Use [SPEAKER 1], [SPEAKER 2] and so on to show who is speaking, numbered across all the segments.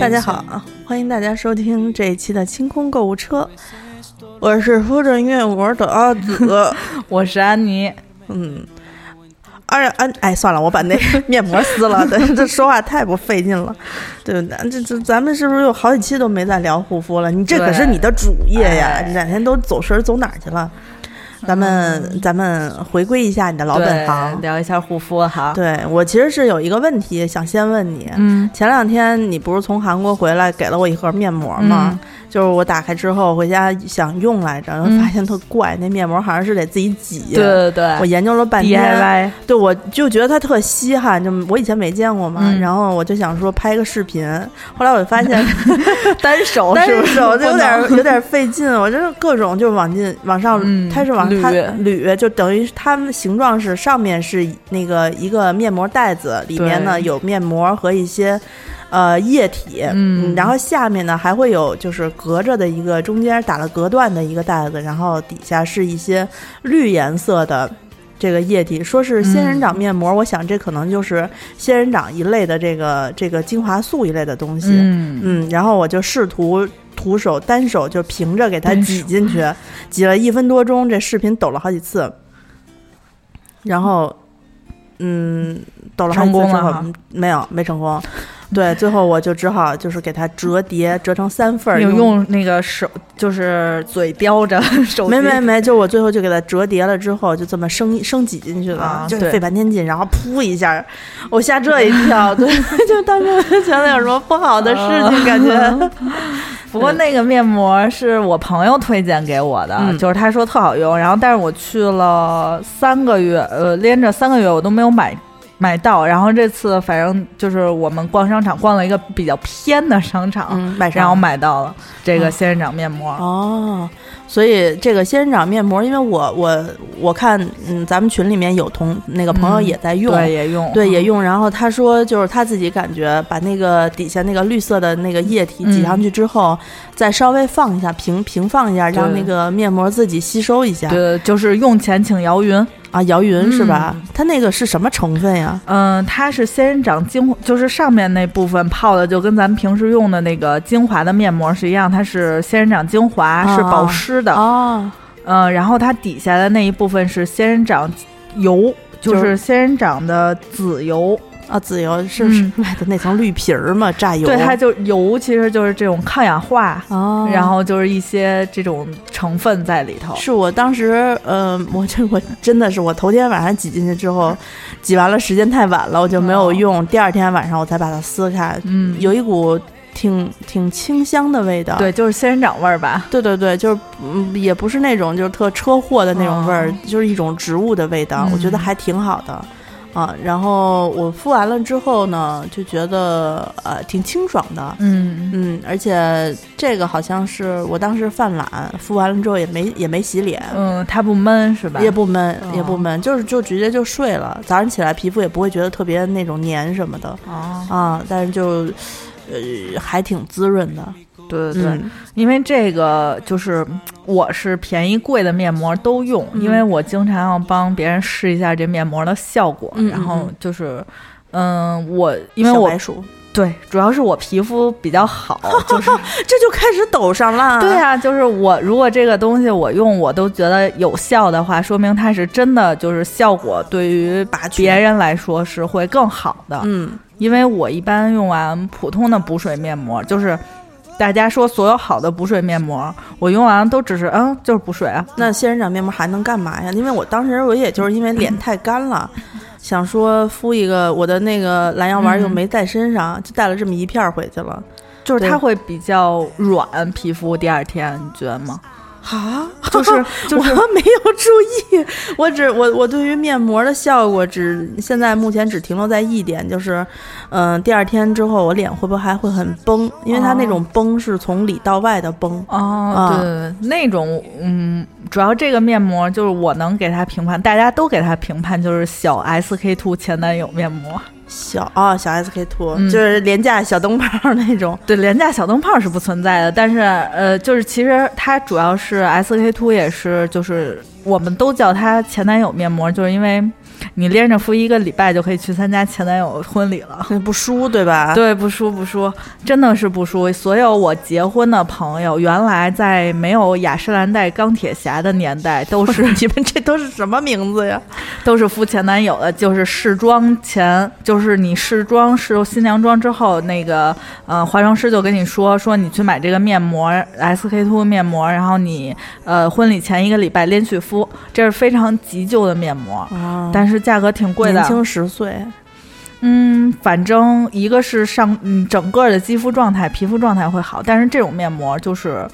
[SPEAKER 1] 大家好，啊欢迎大家收听这一期的清空购物车。我是说着音乐，我是抖奥 子，
[SPEAKER 2] 我是安妮。
[SPEAKER 1] 嗯，二安哎，算了，我把那 个面膜撕了。这这说话太不费劲了，对不对？这这咱们是不是有好几期都没再聊护肤了？你这可是你的主业呀！
[SPEAKER 2] 哎嗯
[SPEAKER 1] 你两天都走神儿走哪儿去了？咱们咱们回归一下你的老本行
[SPEAKER 2] 对。聊一下护肤哈。
[SPEAKER 1] 对我其实是有一个问题想先问你，
[SPEAKER 2] 嗯
[SPEAKER 1] 前两天你不是从韩国回来给了我一盒面膜吗？
[SPEAKER 2] 嗯
[SPEAKER 1] 就是我打开之后回家想用来着，然后
[SPEAKER 2] 嗯
[SPEAKER 1] 发现特怪，那面膜好像是得自己挤。
[SPEAKER 2] 对对
[SPEAKER 1] 我
[SPEAKER 2] 对
[SPEAKER 1] 研究了半天，
[SPEAKER 2] ，DIY
[SPEAKER 1] 对我就觉得它特稀罕，就我以前没见过嘛，
[SPEAKER 2] 嗯
[SPEAKER 1] 然后我就想说拍个视频，后来我就发现
[SPEAKER 2] 单手
[SPEAKER 1] 单
[SPEAKER 2] 是哦不是
[SPEAKER 1] 手
[SPEAKER 2] 不
[SPEAKER 1] 就有点
[SPEAKER 2] 能
[SPEAKER 1] 有点费劲，我真是各种就往进往上，
[SPEAKER 2] 嗯
[SPEAKER 1] 它是往
[SPEAKER 2] 捋
[SPEAKER 1] 它捋，就等于它们形状是上面是那个一个面膜袋子，里面呢
[SPEAKER 2] 对
[SPEAKER 1] 有面膜和一些。呃，液体，
[SPEAKER 2] 嗯
[SPEAKER 1] 然后下面呢还会有就是隔着的一个中间打了隔断的一个袋子，然后底下是一些绿颜色的这个液体，说
[SPEAKER 2] 嗯
[SPEAKER 1] 是仙人掌面膜，我想这可能就是仙人掌一类的这个这个精华素一类的东西。
[SPEAKER 2] 嗯，
[SPEAKER 1] 嗯，然后我就试图徒手单手就平着给它
[SPEAKER 2] 单
[SPEAKER 1] 挤
[SPEAKER 2] 手
[SPEAKER 1] 进去，挤了一分多钟，这视频抖了好几次，然后嗯，抖了好几次
[SPEAKER 2] 成功
[SPEAKER 1] 之
[SPEAKER 2] 了
[SPEAKER 1] 后
[SPEAKER 2] 哈
[SPEAKER 1] 嗯没有没成功，对，最后我就只好就是给它折叠折成三份儿
[SPEAKER 2] 有用那个手就是嘴叼着 手机，
[SPEAKER 1] 没没没，就我最后就给它折叠了之后，就这么升升挤进去了，
[SPEAKER 2] 啊
[SPEAKER 1] 就是
[SPEAKER 2] 对
[SPEAKER 1] 费半天劲，然后噗一下，我吓这一跳， 对，就当时觉得有什么不好的事情，感
[SPEAKER 2] 嗯
[SPEAKER 1] 觉
[SPEAKER 2] 不过那个面膜是我朋友推荐给我的，
[SPEAKER 1] 嗯
[SPEAKER 2] 就是他说特好用，然后但是我去了三个月，呃，连着三个月我都没有买买到，然后这次反正就是我们逛商场逛了一个比较偏的商场，
[SPEAKER 1] 嗯，买
[SPEAKER 2] 然
[SPEAKER 1] 上
[SPEAKER 2] 后
[SPEAKER 1] 了
[SPEAKER 2] 买到了这
[SPEAKER 1] 哦
[SPEAKER 2] 个仙人掌面膜，
[SPEAKER 1] 哦。所以这个仙人掌面膜，因为我我我看，嗯，咱们群里面有同那个朋友
[SPEAKER 2] 嗯
[SPEAKER 1] 也在用，
[SPEAKER 2] 对，也用，嗯
[SPEAKER 1] 对，也用。然后他说，就是他自己感觉把那个底下那个绿色的那个液体挤上去之后，
[SPEAKER 2] 嗯
[SPEAKER 1] 再稍微放一下，平平放一下，让
[SPEAKER 2] 对
[SPEAKER 1] 那个面膜自己吸收一下。
[SPEAKER 2] 对，就是用前请摇匀。
[SPEAKER 1] 啊，摇匀是吧
[SPEAKER 2] 嗯？
[SPEAKER 1] 它那个是什么成分呀？
[SPEAKER 2] 嗯，它是仙人掌精，就是上面那部分泡的，就跟咱们平时用的那个精华的面膜是一样，它是仙人掌精华，是保湿的。
[SPEAKER 1] 哦，
[SPEAKER 2] 嗯，然后它底下的那一部分是仙人掌油，就
[SPEAKER 1] 就是
[SPEAKER 2] 是仙人掌的籽油。
[SPEAKER 1] 啊，籽油是是 外头那层绿皮儿嘛，榨油。
[SPEAKER 2] 嗯对，它就油其实就是这种抗氧化，
[SPEAKER 1] 哦，
[SPEAKER 2] 然后就是一些这种成分在里头。
[SPEAKER 1] 是我当时，呃，我这我真的是我头天晚上挤进去之后，挤完了时间太晚了，我就没有
[SPEAKER 2] 哦
[SPEAKER 1] 用。第二天晚上我才把它撕开，
[SPEAKER 2] 嗯，
[SPEAKER 1] 有一股挺挺清香的味道。
[SPEAKER 2] 对，就是仙人掌味儿吧。
[SPEAKER 1] 对对对，就是嗯，也不是那种就是特车祸的那种味儿，
[SPEAKER 2] 哦
[SPEAKER 1] 就是一种植物的味道，
[SPEAKER 2] 嗯
[SPEAKER 1] 我觉得还挺好的。啊，然后我敷完了之后呢，就觉得呃挺清爽的，
[SPEAKER 2] 嗯，
[SPEAKER 1] 嗯，而且这个好像是我当时犯懒，敷完了之后也没也没洗脸，
[SPEAKER 2] 嗯，它不闷是吧？
[SPEAKER 1] 也不闷，
[SPEAKER 2] 哦
[SPEAKER 1] 也不闷，就是就直接就睡了，早上起来皮肤也不会觉得特别那种黏什么的
[SPEAKER 2] 哦，
[SPEAKER 1] 啊，但是就呃还挺滋润的，
[SPEAKER 2] 对对对，
[SPEAKER 1] 嗯
[SPEAKER 2] 因为这个就是嗯我是便宜贵的面膜都用，
[SPEAKER 1] 嗯
[SPEAKER 2] 因为我经常要帮别人试一下这面膜的效果，
[SPEAKER 1] 嗯嗯
[SPEAKER 2] 然后就是。嗯，我因为
[SPEAKER 1] 小
[SPEAKER 2] 我
[SPEAKER 1] 白鼠
[SPEAKER 2] 对，主要是我皮肤比 较好，就是
[SPEAKER 1] 这就开始抖上了，
[SPEAKER 2] 对啊，就是我如果这个东西我用我都觉得有效的话，说明它是真的，就是效果对于
[SPEAKER 1] 拔群
[SPEAKER 2] 别人来说是会更好的。
[SPEAKER 1] 嗯
[SPEAKER 2] 因为我一般用完普通的补水面膜，就是大家说所有好的补水面膜，我用完都只是嗯，就是补水啊。，
[SPEAKER 1] 那仙人掌面膜还能干嘛呀？因为我当时我也就是因为脸太干了，想说敷一个，我的那个蓝药
[SPEAKER 2] 嗯
[SPEAKER 1] 丸又没带身上，就带了这么一片儿回去了。
[SPEAKER 2] 就是
[SPEAKER 1] 对
[SPEAKER 2] 它会比较软皮肤，第二天你觉得吗？
[SPEAKER 1] 啊，
[SPEAKER 2] 就是就是
[SPEAKER 1] 我没有注意，我只我我对于面膜的效果只现在目前只停留在一点，就是，嗯、第二天之后我脸会不会还会很崩？因为它那种崩是从里到外的崩。
[SPEAKER 2] 哦
[SPEAKER 1] 啊，
[SPEAKER 2] 对对对，那种嗯，主要这个面膜就是我能给它评判，大家都给它评判就是小 SK two 前男友面膜，
[SPEAKER 1] 小啊、小 SK two，、
[SPEAKER 2] 嗯
[SPEAKER 1] 就是廉价小灯泡那 种。
[SPEAKER 2] 对，廉价小灯泡是不存在的，但是呃，就是其实它主要是 SK two 也是，就是我们都叫它前男友面膜，就是因为你连着敷一个礼拜就可以去参加前男友婚礼了。
[SPEAKER 1] 那不输对吧？
[SPEAKER 2] 对，不输不输，真的是不输。所有我结婚的朋友，原来在没有雅诗兰黛、钢铁侠的年代，都是
[SPEAKER 1] 你们这都是什么名字呀？
[SPEAKER 2] 都是敷前男友的，就是试妆前，就是你试妆试新娘妆之后，那个呃化妆师就跟你说说你去买这个面膜 SK two 面膜，然后你呃婚礼前一个礼拜连续敷，这是非常急救的面膜，
[SPEAKER 1] 啊
[SPEAKER 2] 哦但是价格挺贵的
[SPEAKER 1] 年。轻十岁，
[SPEAKER 2] 嗯，反正一个是上嗯整个的肌肤状态、皮肤状态会好，但是这种面膜就是。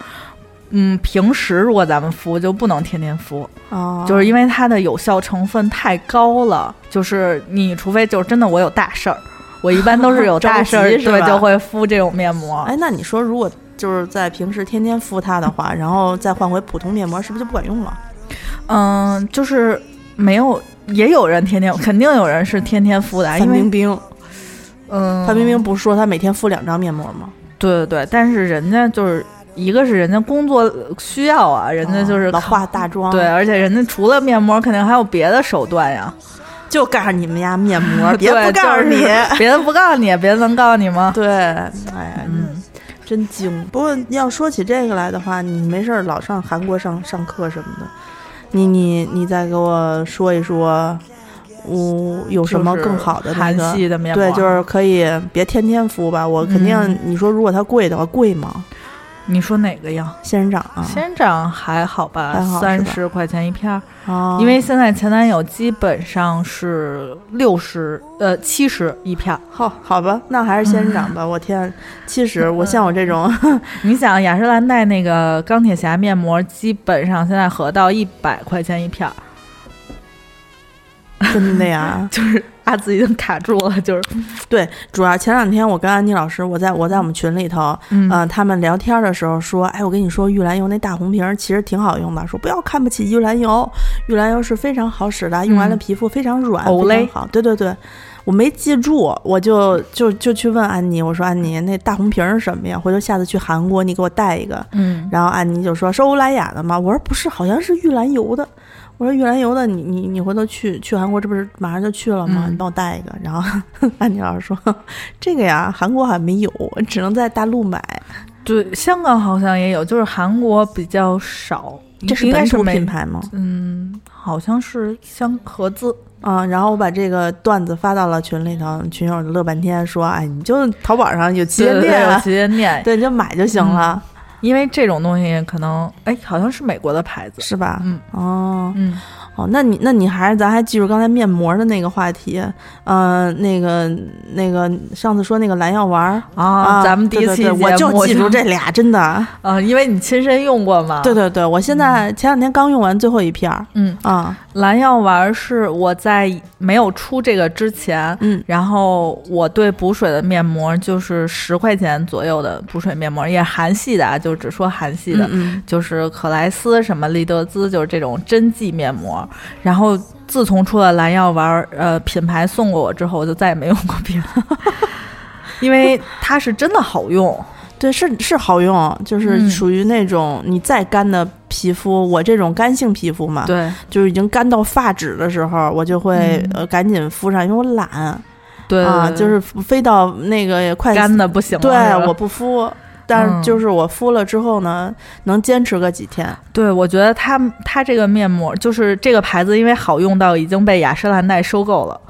[SPEAKER 2] 嗯，平时如果咱们敷就不能天天敷，
[SPEAKER 1] 哦，
[SPEAKER 2] 就是因为它的有效成分太高了，就是你除非就是真的我有大事儿，我一般都是有大事
[SPEAKER 1] 着
[SPEAKER 2] 儿，
[SPEAKER 1] 急是
[SPEAKER 2] 对
[SPEAKER 1] 吧
[SPEAKER 2] 就会敷这种面膜。
[SPEAKER 1] 哎，那你说如果就是在平时天天敷它的话，然后再换回普通面膜，是不是就不管用了？
[SPEAKER 2] 嗯，就是没有，也有人天天，肯定有人是天天敷的，啊因
[SPEAKER 1] 范
[SPEAKER 2] 为
[SPEAKER 1] 冰冰，
[SPEAKER 2] 嗯，
[SPEAKER 1] 范冰冰不是说她每天敷两张面膜吗？
[SPEAKER 2] 对对对，但是人家就是一个是人家工作需要啊，人家就是
[SPEAKER 1] 哦老化大妆，
[SPEAKER 2] 对，，而且人家除了面膜，肯定还有别的手段呀。
[SPEAKER 1] 就告诉你们家面膜，啊别
[SPEAKER 2] 对
[SPEAKER 1] 不告诉
[SPEAKER 2] 就是
[SPEAKER 1] 你。
[SPEAKER 2] 别的不告诉你，别的能告诉你吗？
[SPEAKER 1] 对，哎呀，
[SPEAKER 2] 嗯，
[SPEAKER 1] 真精。不过要说起这个来的话，你没事儿老上韩国上上课什么的，你你你再给我说一说，我、有什么更好的那
[SPEAKER 2] 韩
[SPEAKER 1] 个？
[SPEAKER 2] 系的面膜？
[SPEAKER 1] 对，就是可以别天天敷吧。我肯定，
[SPEAKER 2] 嗯
[SPEAKER 1] 你说如果它贵的话，贵吗？
[SPEAKER 2] 你说哪个呀？
[SPEAKER 1] 仙人掌啊，
[SPEAKER 2] 仙掌还好吧
[SPEAKER 1] 还，好是
[SPEAKER 2] 三
[SPEAKER 1] 吧
[SPEAKER 2] 十块钱一片儿。
[SPEAKER 1] 啊
[SPEAKER 2] 因为现在前男友基本上是六十呃七十一片儿。
[SPEAKER 1] 好好吧，那还是仙人掌吧。我天，其实我像我这种，
[SPEAKER 2] 你想雅诗兰黛那个钢铁侠面膜，基本上现在合到一百块钱一片儿。
[SPEAKER 1] 真的呀。
[SPEAKER 2] 就是阿紫已经卡住了，就是
[SPEAKER 1] 对，主要前两天我跟安妮老师，我在我在我们群里头，
[SPEAKER 2] 嗯
[SPEAKER 1] 嗯、他们聊天的时候说，哎，我跟你说，玉兰油那大红瓶儿其实挺好用的，说不要看不起玉兰油，玉兰油是非常好使的，用完了
[SPEAKER 2] 嗯哦
[SPEAKER 1] 皮肤非常软，
[SPEAKER 2] 欧
[SPEAKER 1] 非
[SPEAKER 2] 蕾
[SPEAKER 1] 常好。对对对，我没记住，我就就就去问安妮，我说安妮，那大红瓶儿是什么呀？回头下次去韩国你给我带一个。
[SPEAKER 2] 嗯
[SPEAKER 1] 然后安妮就说是欧莱雅的吗？我说不是，好像是玉兰油的。我说玉兰油的，你你你回头去去韩国，这不是马上就去了吗？
[SPEAKER 2] 嗯
[SPEAKER 1] 你帮我带一个。然后 安妮老师说， 这个呀，韩国好像没有，只能在大陆买。
[SPEAKER 2] 对，香港好像也有，就是韩国比较少，
[SPEAKER 1] 这是
[SPEAKER 2] 应
[SPEAKER 1] 本
[SPEAKER 2] 该是
[SPEAKER 1] 土
[SPEAKER 2] 没
[SPEAKER 1] 品，牌吗？
[SPEAKER 2] 嗯，好像是香合资，
[SPEAKER 1] 啊，然后我把这个段子发到了群里头，群友乐半天说，哎，你就淘宝上有旗舰
[SPEAKER 2] 对嗯
[SPEAKER 1] 店
[SPEAKER 2] 有
[SPEAKER 1] 啊，
[SPEAKER 2] 旗舰店，
[SPEAKER 1] 对，你就买就行了，
[SPEAKER 2] 因为这种东西可能，哎，好像是美国的牌子。
[SPEAKER 1] 是吧？
[SPEAKER 2] 嗯
[SPEAKER 1] 哦，
[SPEAKER 2] 嗯，
[SPEAKER 1] 哦，那你那你还是咱还记住刚才面膜的那个话题，呃，那个那个上次说那个蓝药丸儿
[SPEAKER 2] 啊，咱们第一期
[SPEAKER 1] 对对对我
[SPEAKER 2] 节目
[SPEAKER 1] 就记住这俩，真的，
[SPEAKER 2] 啊，嗯因为你亲身用过嘛。
[SPEAKER 1] 对，对对，我现在前两天刚用完最后一片儿
[SPEAKER 2] 嗯，
[SPEAKER 1] 啊，
[SPEAKER 2] 蓝药丸是我在没有出这个之前，
[SPEAKER 1] 嗯
[SPEAKER 2] 然后我对补水的面膜就是十块钱左右的补水面膜，也韩系的啊，就只说韩系的，
[SPEAKER 1] 嗯
[SPEAKER 2] 就是可莱斯什么丽得滋，就是这种针剂面膜。然后自从出了蓝药丸儿，呃，品牌送过我之后，我就再也没用过别的， 因为它是真的好用。
[SPEAKER 1] 嗯对，是是好用，就是
[SPEAKER 2] 嗯
[SPEAKER 1] 属于那种你再干的皮肤，我这种干性皮肤嘛，
[SPEAKER 2] 对
[SPEAKER 1] 就是已经干到发质的时候，我就会、
[SPEAKER 2] 嗯
[SPEAKER 1] 呃赶紧敷上，因为我懒
[SPEAKER 2] 对
[SPEAKER 1] 啊，
[SPEAKER 2] 对
[SPEAKER 1] 就是飞到那个快
[SPEAKER 2] 干的不行了。
[SPEAKER 1] 对
[SPEAKER 2] 是吧，
[SPEAKER 1] 我不敷，但是就是我敷了之后呢，能坚持个几天。
[SPEAKER 2] 对我觉得它它这个面膜就是这个牌子，因为好用到已经被雅诗兰黛收购了，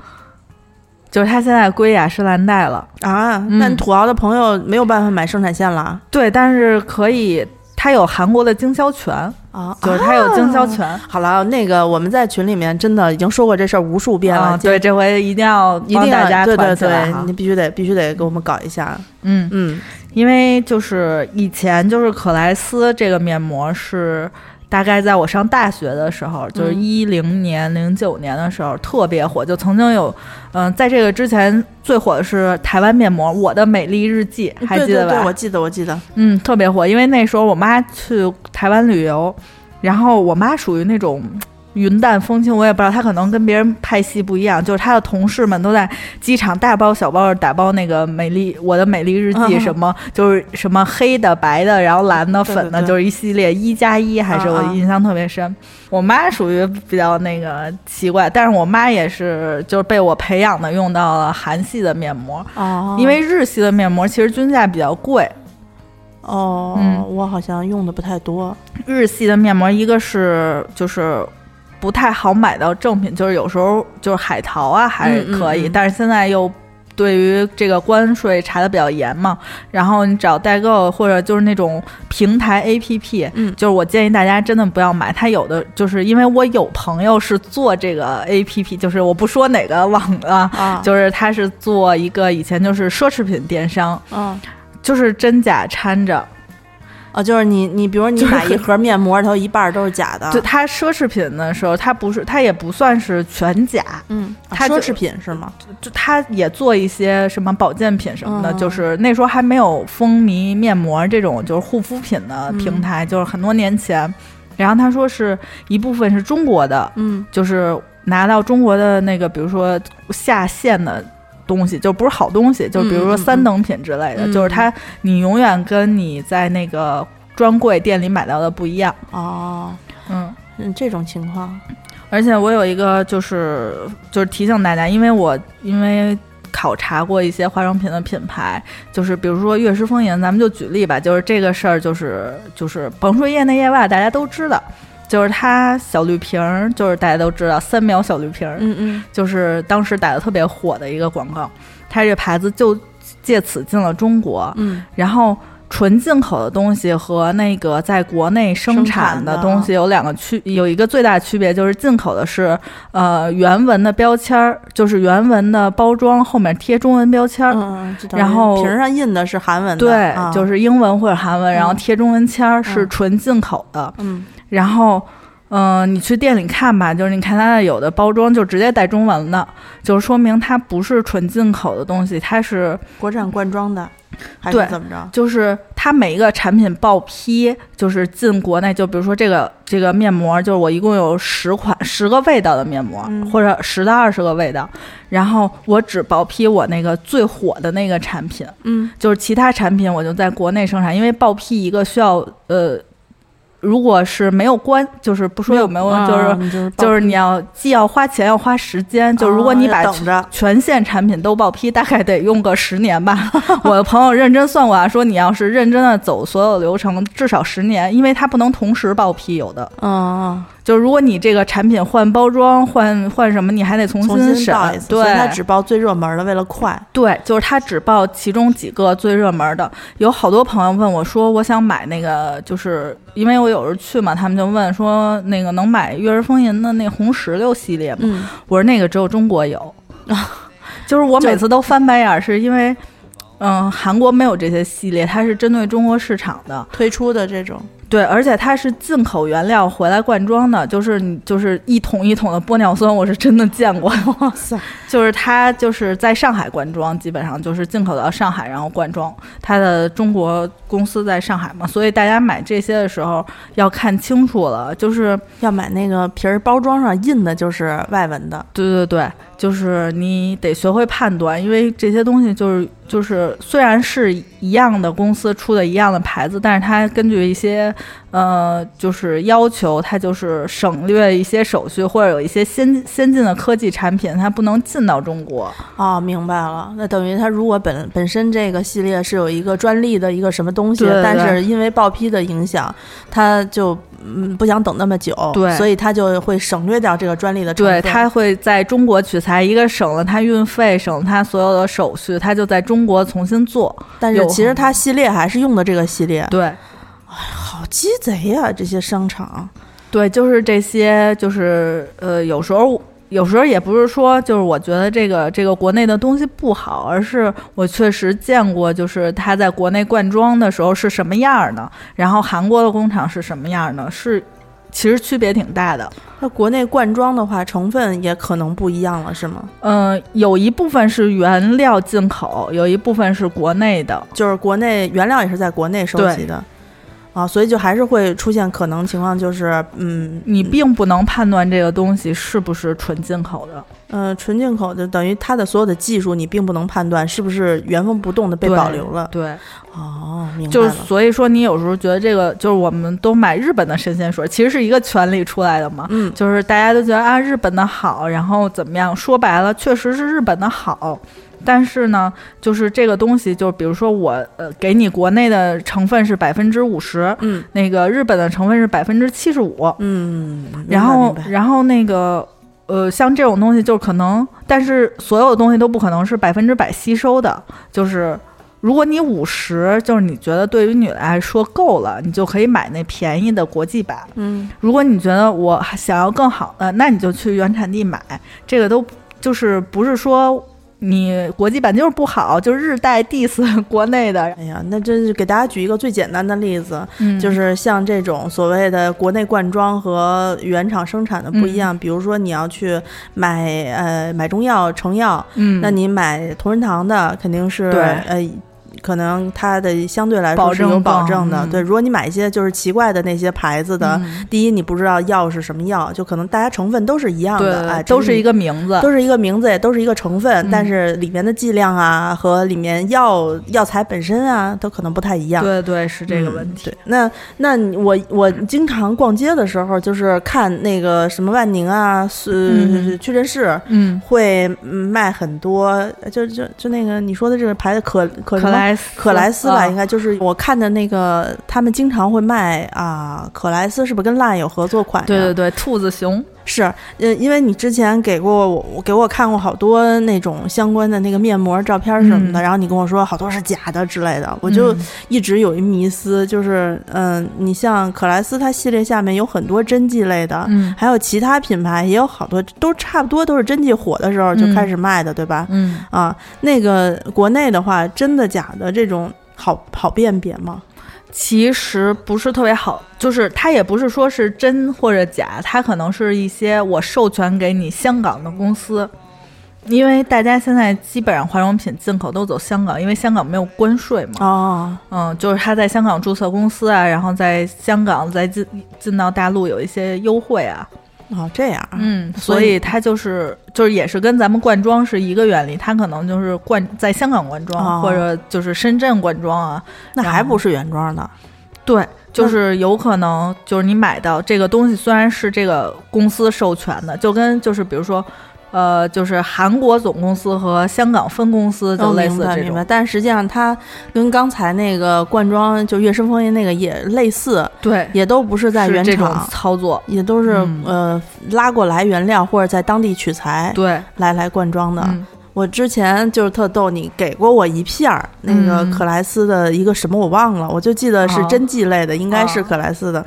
[SPEAKER 2] 就是它现在归雅诗兰黛了。
[SPEAKER 1] 啊，
[SPEAKER 2] 嗯
[SPEAKER 1] 那土豪的朋友没有办法买生产线了
[SPEAKER 2] 对，但是可以，它有韩国的经销权，
[SPEAKER 1] 啊！
[SPEAKER 2] 就是它有经销权。
[SPEAKER 1] 好了，那个我们在群里面真的已经说过这事儿无数遍了，
[SPEAKER 2] 啊，
[SPEAKER 1] 今
[SPEAKER 2] 对，这回一定要
[SPEAKER 1] 一定
[SPEAKER 2] 帮大
[SPEAKER 1] 要
[SPEAKER 2] 家
[SPEAKER 1] 对对
[SPEAKER 2] 团起来
[SPEAKER 1] 对
[SPEAKER 2] 哈，
[SPEAKER 1] 你必须得必须得给我们搞一下。
[SPEAKER 2] 嗯，
[SPEAKER 1] 嗯，
[SPEAKER 2] 因为就是以前就是可莱斯这个面膜是。大概在我上大学的时候，就是
[SPEAKER 1] 嗯
[SPEAKER 2] 一零年、零九年的时候，特别火。就曾经有，嗯、在这个之前最火的是台湾面膜《我的美丽日记》，还
[SPEAKER 1] 对
[SPEAKER 2] 记得
[SPEAKER 1] 对
[SPEAKER 2] 吧？
[SPEAKER 1] 对，我嗯记得我记得。
[SPEAKER 2] 嗯，特别火，因为那时候我妈去台湾旅游，然后我妈属于那种云淡风轻，我也不知道，他可能跟别人派系不一样，就是他的同事们都在机场大包小包的打包那个美丽我的美丽日记
[SPEAKER 1] 嗯
[SPEAKER 2] 什么，就是什么黑的、白的，然后蓝的、
[SPEAKER 1] 对
[SPEAKER 2] 粉的，
[SPEAKER 1] 对对
[SPEAKER 2] 就是一系列一加一，还是我
[SPEAKER 1] 啊啊
[SPEAKER 2] 印象特别深。我妈属于比较那个奇怪，但是我妈也是就是被我培养的用到了韩系的面膜，
[SPEAKER 1] 哦
[SPEAKER 2] 因为日系的面膜其实均价比较贵，
[SPEAKER 1] 哦，
[SPEAKER 2] 嗯
[SPEAKER 1] 我好像用的不太多。
[SPEAKER 2] 日系的面膜，一个是就是不太好买到正品，就是有时候就是海淘啊还
[SPEAKER 1] 嗯嗯
[SPEAKER 2] 可以，
[SPEAKER 1] 嗯
[SPEAKER 2] 但是现在又。对于这个关税查的比较严嘛，然后你找代购或者就是那种平台 APP，
[SPEAKER 1] 嗯
[SPEAKER 2] 就是我建议大家真的不要买，它有的就是因为我有朋友是做这个 APP，就是我不说哪个网了，
[SPEAKER 1] 啊，
[SPEAKER 2] 就是他是做一个以前就是奢侈品电商，
[SPEAKER 1] 嗯
[SPEAKER 2] 就是真假掺着，
[SPEAKER 1] 啊，就是你你，比如你
[SPEAKER 2] 就是
[SPEAKER 1] 买一盒面膜，然后一半儿都是假的。
[SPEAKER 2] 就它奢侈品的时候，它不是，它也不算是全假，
[SPEAKER 1] 嗯，啊
[SPEAKER 2] 它就
[SPEAKER 1] 奢侈品是吗？
[SPEAKER 2] 就它也做一些什么保健品什么的，
[SPEAKER 1] 嗯
[SPEAKER 2] 就是那时候还没有风靡面膜这种就是护肤品的平
[SPEAKER 1] 嗯
[SPEAKER 2] 台，就是很多年前。然后他说是一部分是中国的，
[SPEAKER 1] 嗯
[SPEAKER 2] 就是拿到中国的那个，比如说下线的东西，就不是好东西，就比如说
[SPEAKER 1] 嗯嗯嗯
[SPEAKER 2] 三等品之类的，
[SPEAKER 1] 嗯
[SPEAKER 2] 就是它你永远跟你在那个专柜店里买到的不一样，
[SPEAKER 1] 哦，
[SPEAKER 2] 嗯。
[SPEAKER 1] 嗯，这种情况，
[SPEAKER 2] 而且我有一个就是就是提醒大家，因为我因为考察过一些化妆品的品牌，就是比如说悦诗风吟，咱们就举例吧，就是这个事儿就是就是甭说业内业外，大家都知道。就是它小绿瓶儿，就是大家都知道三秒小绿瓶儿，
[SPEAKER 1] 嗯嗯，
[SPEAKER 2] 就是当时打的特别火的一个广告。它这牌子就借此进了中国，
[SPEAKER 1] 嗯
[SPEAKER 2] 然后纯进口的东西和那个在国内生产的东西有两个区，有一个最大区别就是进口的是呃原文的标签儿，就是原文的包装后面贴中文标签儿。
[SPEAKER 1] 嗯，知道
[SPEAKER 2] 然后
[SPEAKER 1] 瓶儿上印的是韩文的，
[SPEAKER 2] 对，
[SPEAKER 1] 啊
[SPEAKER 2] 就是英文或者韩文，然后贴中文签儿是
[SPEAKER 1] 嗯
[SPEAKER 2] 纯进口的。
[SPEAKER 1] 嗯
[SPEAKER 2] 然后，嗯、你去店里看吧，就是你看它有的包装就直接带中文了，就是说明它不是纯进口的东西，它是
[SPEAKER 1] 国产灌装的，还
[SPEAKER 2] 对
[SPEAKER 1] 是怎么着？
[SPEAKER 2] 就是它每一个产品报批，就是进国内，就比如说这个这个面膜，就是我一共有十款十个味道的面膜，
[SPEAKER 1] 嗯
[SPEAKER 2] 或者十到二十个味道，然后我只报批我那个最火的那个产品，
[SPEAKER 1] 嗯
[SPEAKER 2] 就是其他产品我就在国内生产，因为报批一个需要呃，如果是没有关，就是不说有没有，
[SPEAKER 1] 嗯
[SPEAKER 2] 就是。
[SPEAKER 1] 啊是
[SPEAKER 2] 就是你要既要花钱要花时间，就如果你把
[SPEAKER 1] 啊等着，
[SPEAKER 2] 全线产品都报批，大概得用个十 年吧。我的朋友认真算过啊，说你要是认真的走所有流程，至少十年，因为它不能同时报批，有的
[SPEAKER 1] 嗯，
[SPEAKER 2] 就是如果你这个产品换包装、换换什么，你还得重
[SPEAKER 1] 嗯重新
[SPEAKER 2] 审
[SPEAKER 1] 报一。次，所以他
[SPEAKER 2] 对
[SPEAKER 1] 只报最热门的，为了快。
[SPEAKER 2] 对，就是它只报其中几个最热门的。有好多朋友问我说，我想买那个，就是因为我有时候去嘛，他们就问说那个能买悦诗风吟的那红石榴系列吗？
[SPEAKER 1] 嗯，
[SPEAKER 2] 我说那个只有中国有，就是我
[SPEAKER 1] 就
[SPEAKER 2] 每次都翻白眼儿，是因为，嗯，韩国没有这些系列，它是针对中国市场的，
[SPEAKER 1] 推出的这种，
[SPEAKER 2] 对，而且它是进口原料回来灌装的，就是你就是一桶一桶的玻尿酸，我是真的见过，
[SPEAKER 1] 塞，
[SPEAKER 2] 就是它就是在上海灌装，基本上就是进口到上海，然后灌装，它的中国公司在上海嘛，所以大家买这些的时候要看清楚了，就是。
[SPEAKER 1] 要买那个皮儿包装上印的就是外文的，
[SPEAKER 2] 对对对，就是你得学会判断，因为这些东西就是就是虽然是一样的公司出的一样的牌子，但是它根据一些呃就是要求，它就是省略一些手续，或者有一些先先进的科技产品，它不能进到中国。
[SPEAKER 1] 哦，明白了。那等于它如果本本身这个系列是有一个专利的一个什么东西，
[SPEAKER 2] 对对
[SPEAKER 1] 但是因为报批的影响，它就嗯不想等那么久，
[SPEAKER 2] 对
[SPEAKER 1] 所以它就会省略掉这个专利的成
[SPEAKER 2] 对，
[SPEAKER 1] 分。
[SPEAKER 2] 它会在中国取材，一个省了它运费，省了它所有的手续，它就在中国重新做。
[SPEAKER 1] 但是
[SPEAKER 2] 有
[SPEAKER 1] 其实它系列还是用的这个系列，
[SPEAKER 2] 对，
[SPEAKER 1] 好鸡贼呀、这些商场，
[SPEAKER 2] 对，就是这些，就是呃，有时候有时候也不是说，就是我觉得这个这个国内的东西不好，而是我确实见过，就是它在国内灌装的时候是什么样儿的，然后韩国的工厂是什么样儿的，是其实区别挺大的。
[SPEAKER 1] 那国内灌装的话，成分也可能不一样了，是吗？
[SPEAKER 2] 嗯、有一部分是原料进口，有一部分是国内的。
[SPEAKER 1] 就是国内原料也是在国内收集的。啊，所以就还是会出现可能情况，就是嗯
[SPEAKER 2] 你并不能判断这个东西是不是纯进口的，
[SPEAKER 1] 呃，纯进口就等于它的所有的技术，你并不能判断是不是原封不动的被
[SPEAKER 2] 对
[SPEAKER 1] 保留了。
[SPEAKER 2] 对，
[SPEAKER 1] 哦，明白
[SPEAKER 2] 就是
[SPEAKER 1] 了。
[SPEAKER 2] 所以说你有时候觉得这个就是我们都买日本的神仙水，其实是一个权利出来的嘛，
[SPEAKER 1] 嗯，
[SPEAKER 2] 就是大家都觉得啊日本的好，然后怎么样？说白了，确实是日本的好。但是呢，就是这个东西，就比如说我呃，给你国内的成分是百分之五十，
[SPEAKER 1] 嗯
[SPEAKER 2] 那个日本的成分是百分之七十五，
[SPEAKER 1] 嗯，明白
[SPEAKER 2] 然后
[SPEAKER 1] 明白
[SPEAKER 2] 然后那个呃，像这种东西就可能，但是所有的东西都不可能是百分之百吸收的，就是。如果你五十，就是你觉得对于你来说够了，你就可以买那便宜的国际版。
[SPEAKER 1] 嗯
[SPEAKER 2] 如果你觉得我还想要更好的，那你就去原产地买。这个都就是不是说你国际版就是不好，就是日代 diss 国内的，
[SPEAKER 1] 哎呀，那真是给大家举一个最简单的例子，
[SPEAKER 2] 嗯
[SPEAKER 1] 就是是像这种所谓的国内灌装和原厂生产的不
[SPEAKER 2] 嗯
[SPEAKER 1] 一样。比如说，你要去买呃买中药、成药，
[SPEAKER 2] 嗯，
[SPEAKER 1] 那你买同仁堂的肯定是
[SPEAKER 2] 对
[SPEAKER 1] 呃。可能它的相对来说
[SPEAKER 2] 保
[SPEAKER 1] 是有
[SPEAKER 2] 证
[SPEAKER 1] 保
[SPEAKER 2] 更
[SPEAKER 1] 证的，
[SPEAKER 2] 嗯
[SPEAKER 1] 对。如果你买一些就是奇怪的那些牌子的，
[SPEAKER 2] 嗯
[SPEAKER 1] 第一你不知道药是什么药，就可能大家成分都是一样的，哎，
[SPEAKER 2] 对，都
[SPEAKER 1] 只
[SPEAKER 2] 是
[SPEAKER 1] 你
[SPEAKER 2] 一个名字，
[SPEAKER 1] 都是一个名字，也都是一个成分，
[SPEAKER 2] 嗯
[SPEAKER 1] 但是里面的剂量啊和里面药药材本身啊，都可能不太一样。嗯
[SPEAKER 2] 对嗯对是这个问题。
[SPEAKER 1] 对，那那你我我经常逛街的时候，就是看那个什么万宁啊、是
[SPEAKER 2] 嗯
[SPEAKER 1] 屈臣氏。
[SPEAKER 2] 嗯，
[SPEAKER 1] 会嗯卖很多，就就就那个你说的这个牌子可可什
[SPEAKER 2] 可
[SPEAKER 1] 么
[SPEAKER 2] 莱斯
[SPEAKER 1] 可莱斯吧，
[SPEAKER 2] 啊
[SPEAKER 1] 应该就是我看的那个，他们经常会卖啊，可莱斯是不是跟 LINE 有合作款呀？
[SPEAKER 2] 对对对，兔子熊，
[SPEAKER 1] 是，呃，因为你之前给过我，我给我看过好多那种相关的那个面膜照片什么的，
[SPEAKER 2] 嗯
[SPEAKER 1] 然后你跟我说好多是假的之类的，我就
[SPEAKER 2] 嗯
[SPEAKER 1] 一直有一迷思，就是嗯、你像可莱斯它系列下面有很多针剂类的，
[SPEAKER 2] 嗯
[SPEAKER 1] 还有其他品牌也有好多都差不多都是针剂火的时候就开始卖的，对吧？
[SPEAKER 2] 嗯，
[SPEAKER 1] 啊，那个国内的话，真的假的这种好好辨别吗？
[SPEAKER 2] 其实不是特别好，就是它也不是说是真或者假，它可能是一些我授权给你香港的公司。因为大家现在基本上化妆品进口都走香港，因为香港没有关税嘛。
[SPEAKER 1] 哦，
[SPEAKER 2] 嗯，就是他在香港注册公司啊，然后在香港再进进到大陆有一些优惠啊。
[SPEAKER 1] 哦，这样，
[SPEAKER 2] 嗯，
[SPEAKER 1] 所
[SPEAKER 2] 所
[SPEAKER 1] 以
[SPEAKER 2] 以它就是就是也是跟咱们灌装是一个原理，它可能就是灌在香港灌装、
[SPEAKER 1] 哦
[SPEAKER 2] 或者就是深圳灌装啊，
[SPEAKER 1] 那还不是原装的？
[SPEAKER 2] 对，就是有可能就是你买到这个东西虽然是这个公司授权的，就跟就是比如说。呃，就是韩国总公司和香港分公司
[SPEAKER 1] 哦
[SPEAKER 2] 就类
[SPEAKER 1] 明
[SPEAKER 2] 似
[SPEAKER 1] 白
[SPEAKER 2] 这
[SPEAKER 1] 明
[SPEAKER 2] 种，
[SPEAKER 1] 白，但实际上它跟刚才那个灌装就月升风云那个也类似，
[SPEAKER 2] 对，
[SPEAKER 1] 也都不是在
[SPEAKER 2] 是
[SPEAKER 1] 原
[SPEAKER 2] 这种
[SPEAKER 1] 厂，
[SPEAKER 2] 操作，
[SPEAKER 1] 也都是、
[SPEAKER 2] 嗯
[SPEAKER 1] 呃拉过来原料或者在当地取材
[SPEAKER 2] 对，
[SPEAKER 1] 来来灌装的。
[SPEAKER 2] 嗯，
[SPEAKER 1] 我之前就是特逗，你给过我一片儿那个
[SPEAKER 2] 嗯
[SPEAKER 1] 可莱斯的一个什么我忘了，我就记得是
[SPEAKER 2] 哦
[SPEAKER 1] 针剂类的，应该是
[SPEAKER 2] 哦
[SPEAKER 1] 可莱斯的。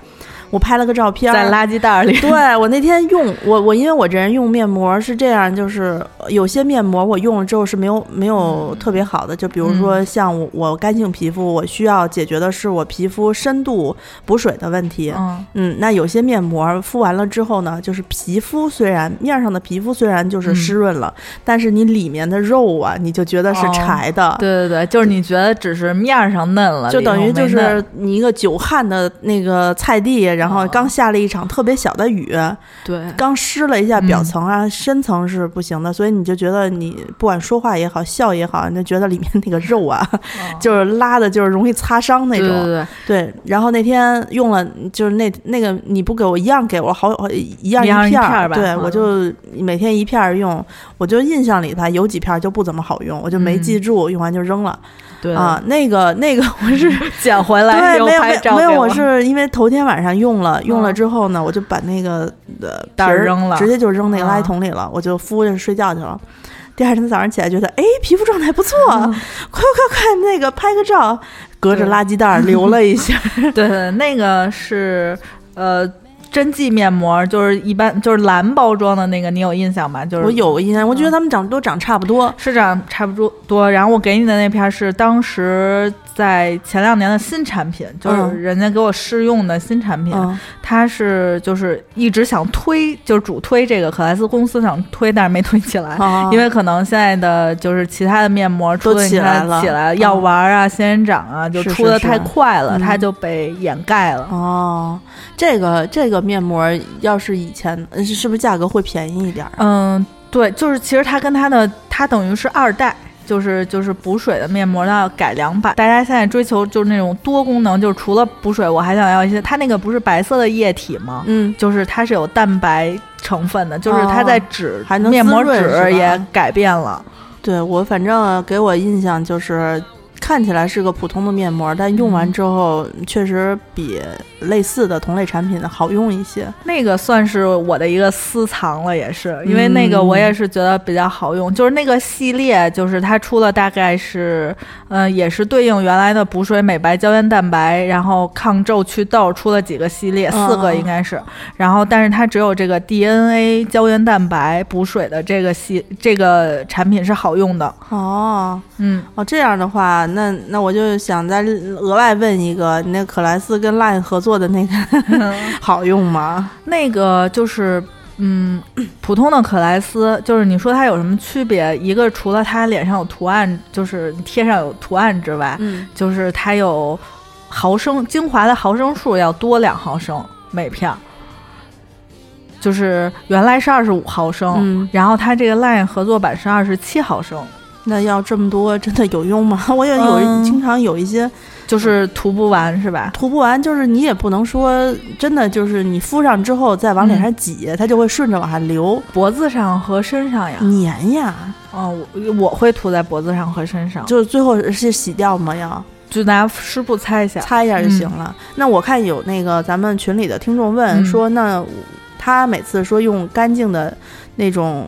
[SPEAKER 1] 我拍了个照片儿，
[SPEAKER 2] 在垃圾袋里，
[SPEAKER 1] 对我那天用我我因为我这人用面膜是这样，就是呃有些面膜我用了之后是没有没有特别好的，就比如
[SPEAKER 2] 嗯
[SPEAKER 1] 说像我我干性皮肤，我需要解决的是我皮肤深度补水的问题。
[SPEAKER 2] 嗯
[SPEAKER 1] 嗯，那有些面膜敷完了之后呢，就是皮肤虽然面上的皮肤虽然就是湿润了，但是你里面的肉啊，你就觉得是
[SPEAKER 2] 嗯哦
[SPEAKER 1] 柴的。
[SPEAKER 2] 对对对，就是你觉得只是面儿上嫩了，
[SPEAKER 1] 就
[SPEAKER 2] 里头
[SPEAKER 1] 等于就
[SPEAKER 2] 没嫩
[SPEAKER 1] 是你一个久旱的那个菜地，然后
[SPEAKER 2] 哦
[SPEAKER 1] 刚下了一场特别小的雨，
[SPEAKER 2] 对
[SPEAKER 1] 刚湿了一下表
[SPEAKER 2] 嗯
[SPEAKER 1] 层啊，深层是不行的，所以你就觉得你不管说话也好，笑也好，你就觉得里面那个肉啊，就是拉的，就是容易擦伤那
[SPEAKER 2] 对
[SPEAKER 1] 种。
[SPEAKER 2] 哦对对
[SPEAKER 1] 对然后那天用了，就是那那个你不给我一样给我好好一样
[SPEAKER 2] 一样一
[SPEAKER 1] 片
[SPEAKER 2] 片
[SPEAKER 1] 儿，
[SPEAKER 2] 儿吧
[SPEAKER 1] 对、
[SPEAKER 2] 嗯
[SPEAKER 1] 我就每天一片儿用，我就印象里它有几片儿就不怎么好用，我就没
[SPEAKER 2] 嗯
[SPEAKER 1] 记住，用完就扔了
[SPEAKER 2] 对
[SPEAKER 1] 啊。那个那个我是
[SPEAKER 2] 捡回来
[SPEAKER 1] 对，
[SPEAKER 2] 又
[SPEAKER 1] 没有没
[SPEAKER 2] 拍
[SPEAKER 1] 有
[SPEAKER 2] 照
[SPEAKER 1] 没有，
[SPEAKER 2] 给
[SPEAKER 1] 我 是因为头天晚上用了，用了
[SPEAKER 2] 嗯
[SPEAKER 1] 之后呢，我就把那个呃
[SPEAKER 2] 袋
[SPEAKER 1] 皮
[SPEAKER 2] 儿扔了
[SPEAKER 1] 直接就扔那个垃圾
[SPEAKER 2] 啊
[SPEAKER 1] 桶里了，我就敷着睡觉去了。第二天早上起来觉得，哎，皮肤状态不错，快 快 快，那个拍个照，隔着
[SPEAKER 2] 嗯对
[SPEAKER 1] 垃圾袋儿留了一下。
[SPEAKER 2] 对对，那个是呃。针剂面膜，就是一般就是蓝包装的那个，你有印象吗？就是嗯
[SPEAKER 1] 我有个印象，我觉得他们长都长差不多。
[SPEAKER 2] 市长差不多多，然后我给你的那片儿是当时在前两年的新产品，就是
[SPEAKER 1] 嗯
[SPEAKER 2] 人家给我试用的新产品，
[SPEAKER 1] 嗯，
[SPEAKER 2] 它是就是一直想推，就是主推这个可莱斯公司想推，但是没推起来，
[SPEAKER 1] 哦
[SPEAKER 2] 因为可能现在的就是其他的面膜出
[SPEAKER 1] 都
[SPEAKER 2] 的
[SPEAKER 1] 起来
[SPEAKER 2] 你看
[SPEAKER 1] 了
[SPEAKER 2] 起来
[SPEAKER 1] 嗯
[SPEAKER 2] 药丸啊、仙人掌啊，就是出的
[SPEAKER 1] 是
[SPEAKER 2] 太
[SPEAKER 1] 是
[SPEAKER 2] 快了，
[SPEAKER 1] 嗯
[SPEAKER 2] 它就被掩盖了。
[SPEAKER 1] 哦，这个这个面膜要是以前，呃是是不是价格会便宜一点儿？啊
[SPEAKER 2] 嗯，对，就是其实它跟它的它等于是二代。就是就是补水的面膜的改良版，大家现在追求就是那种多功能，就是除了补水，我还想要一些。它那个不是白色的液体吗？
[SPEAKER 1] 嗯，哦
[SPEAKER 2] 就是它是有蛋白成分的，就是它在纸、
[SPEAKER 1] 还能
[SPEAKER 2] 面膜
[SPEAKER 1] 滋润是吧
[SPEAKER 2] 纸也改变了。
[SPEAKER 1] 对我反正给我印象就是。看起来是个普通的面膜，但用完之后确实比类似的同类产品好用一些。
[SPEAKER 2] 那个算是我的一个私藏了，也是因为那个我也是觉得比较好用，就是那个系列，就是它出了大概是，呃，也是对应原来的补水、美白、胶原蛋白，然后抗皱、祛痘，出了几个系列，
[SPEAKER 1] 嗯
[SPEAKER 2] 四个应该是，然后但是它只有这个 DNA 胶原蛋白补水的这个系这个产品是好用的，
[SPEAKER 1] 哦
[SPEAKER 2] 嗯，
[SPEAKER 1] 哦，这样的话，那那我就想再额外问一个，你那可莱斯跟 LINE 合作的那个 好用吗？
[SPEAKER 2] 那个就是，嗯， 普通的可莱斯，就是你说它有什么区别？一个除了它脸上有图案，就是你贴上有图案之外，
[SPEAKER 1] 嗯，
[SPEAKER 2] 就是它有毫升精华的毫升数要多两毫升每片儿，就是原来是二十五毫升，
[SPEAKER 1] 嗯
[SPEAKER 2] 然后它这个 LINE 合作版是二十七毫升，
[SPEAKER 1] 那要这么多真的有用吗？ 我也有、
[SPEAKER 2] 嗯
[SPEAKER 1] 经常有一些
[SPEAKER 2] 就是涂不完是吧？
[SPEAKER 1] 涂不完，就是你也不能说真的，就是你敷上之后再往脸上挤，它就会顺着往下流，
[SPEAKER 2] 脖子上和身上
[SPEAKER 1] 啊
[SPEAKER 2] 呀，
[SPEAKER 1] 粘呀，
[SPEAKER 2] 嗯，我我会涂在脖子上和身上，就
[SPEAKER 1] 就是最后是洗掉嘛，要
[SPEAKER 2] 就拿湿布擦一下。
[SPEAKER 1] 擦一下就行了。那我看有那个咱们群里的听众问、
[SPEAKER 2] 嗯
[SPEAKER 1] 说，那他每次说用干净的那种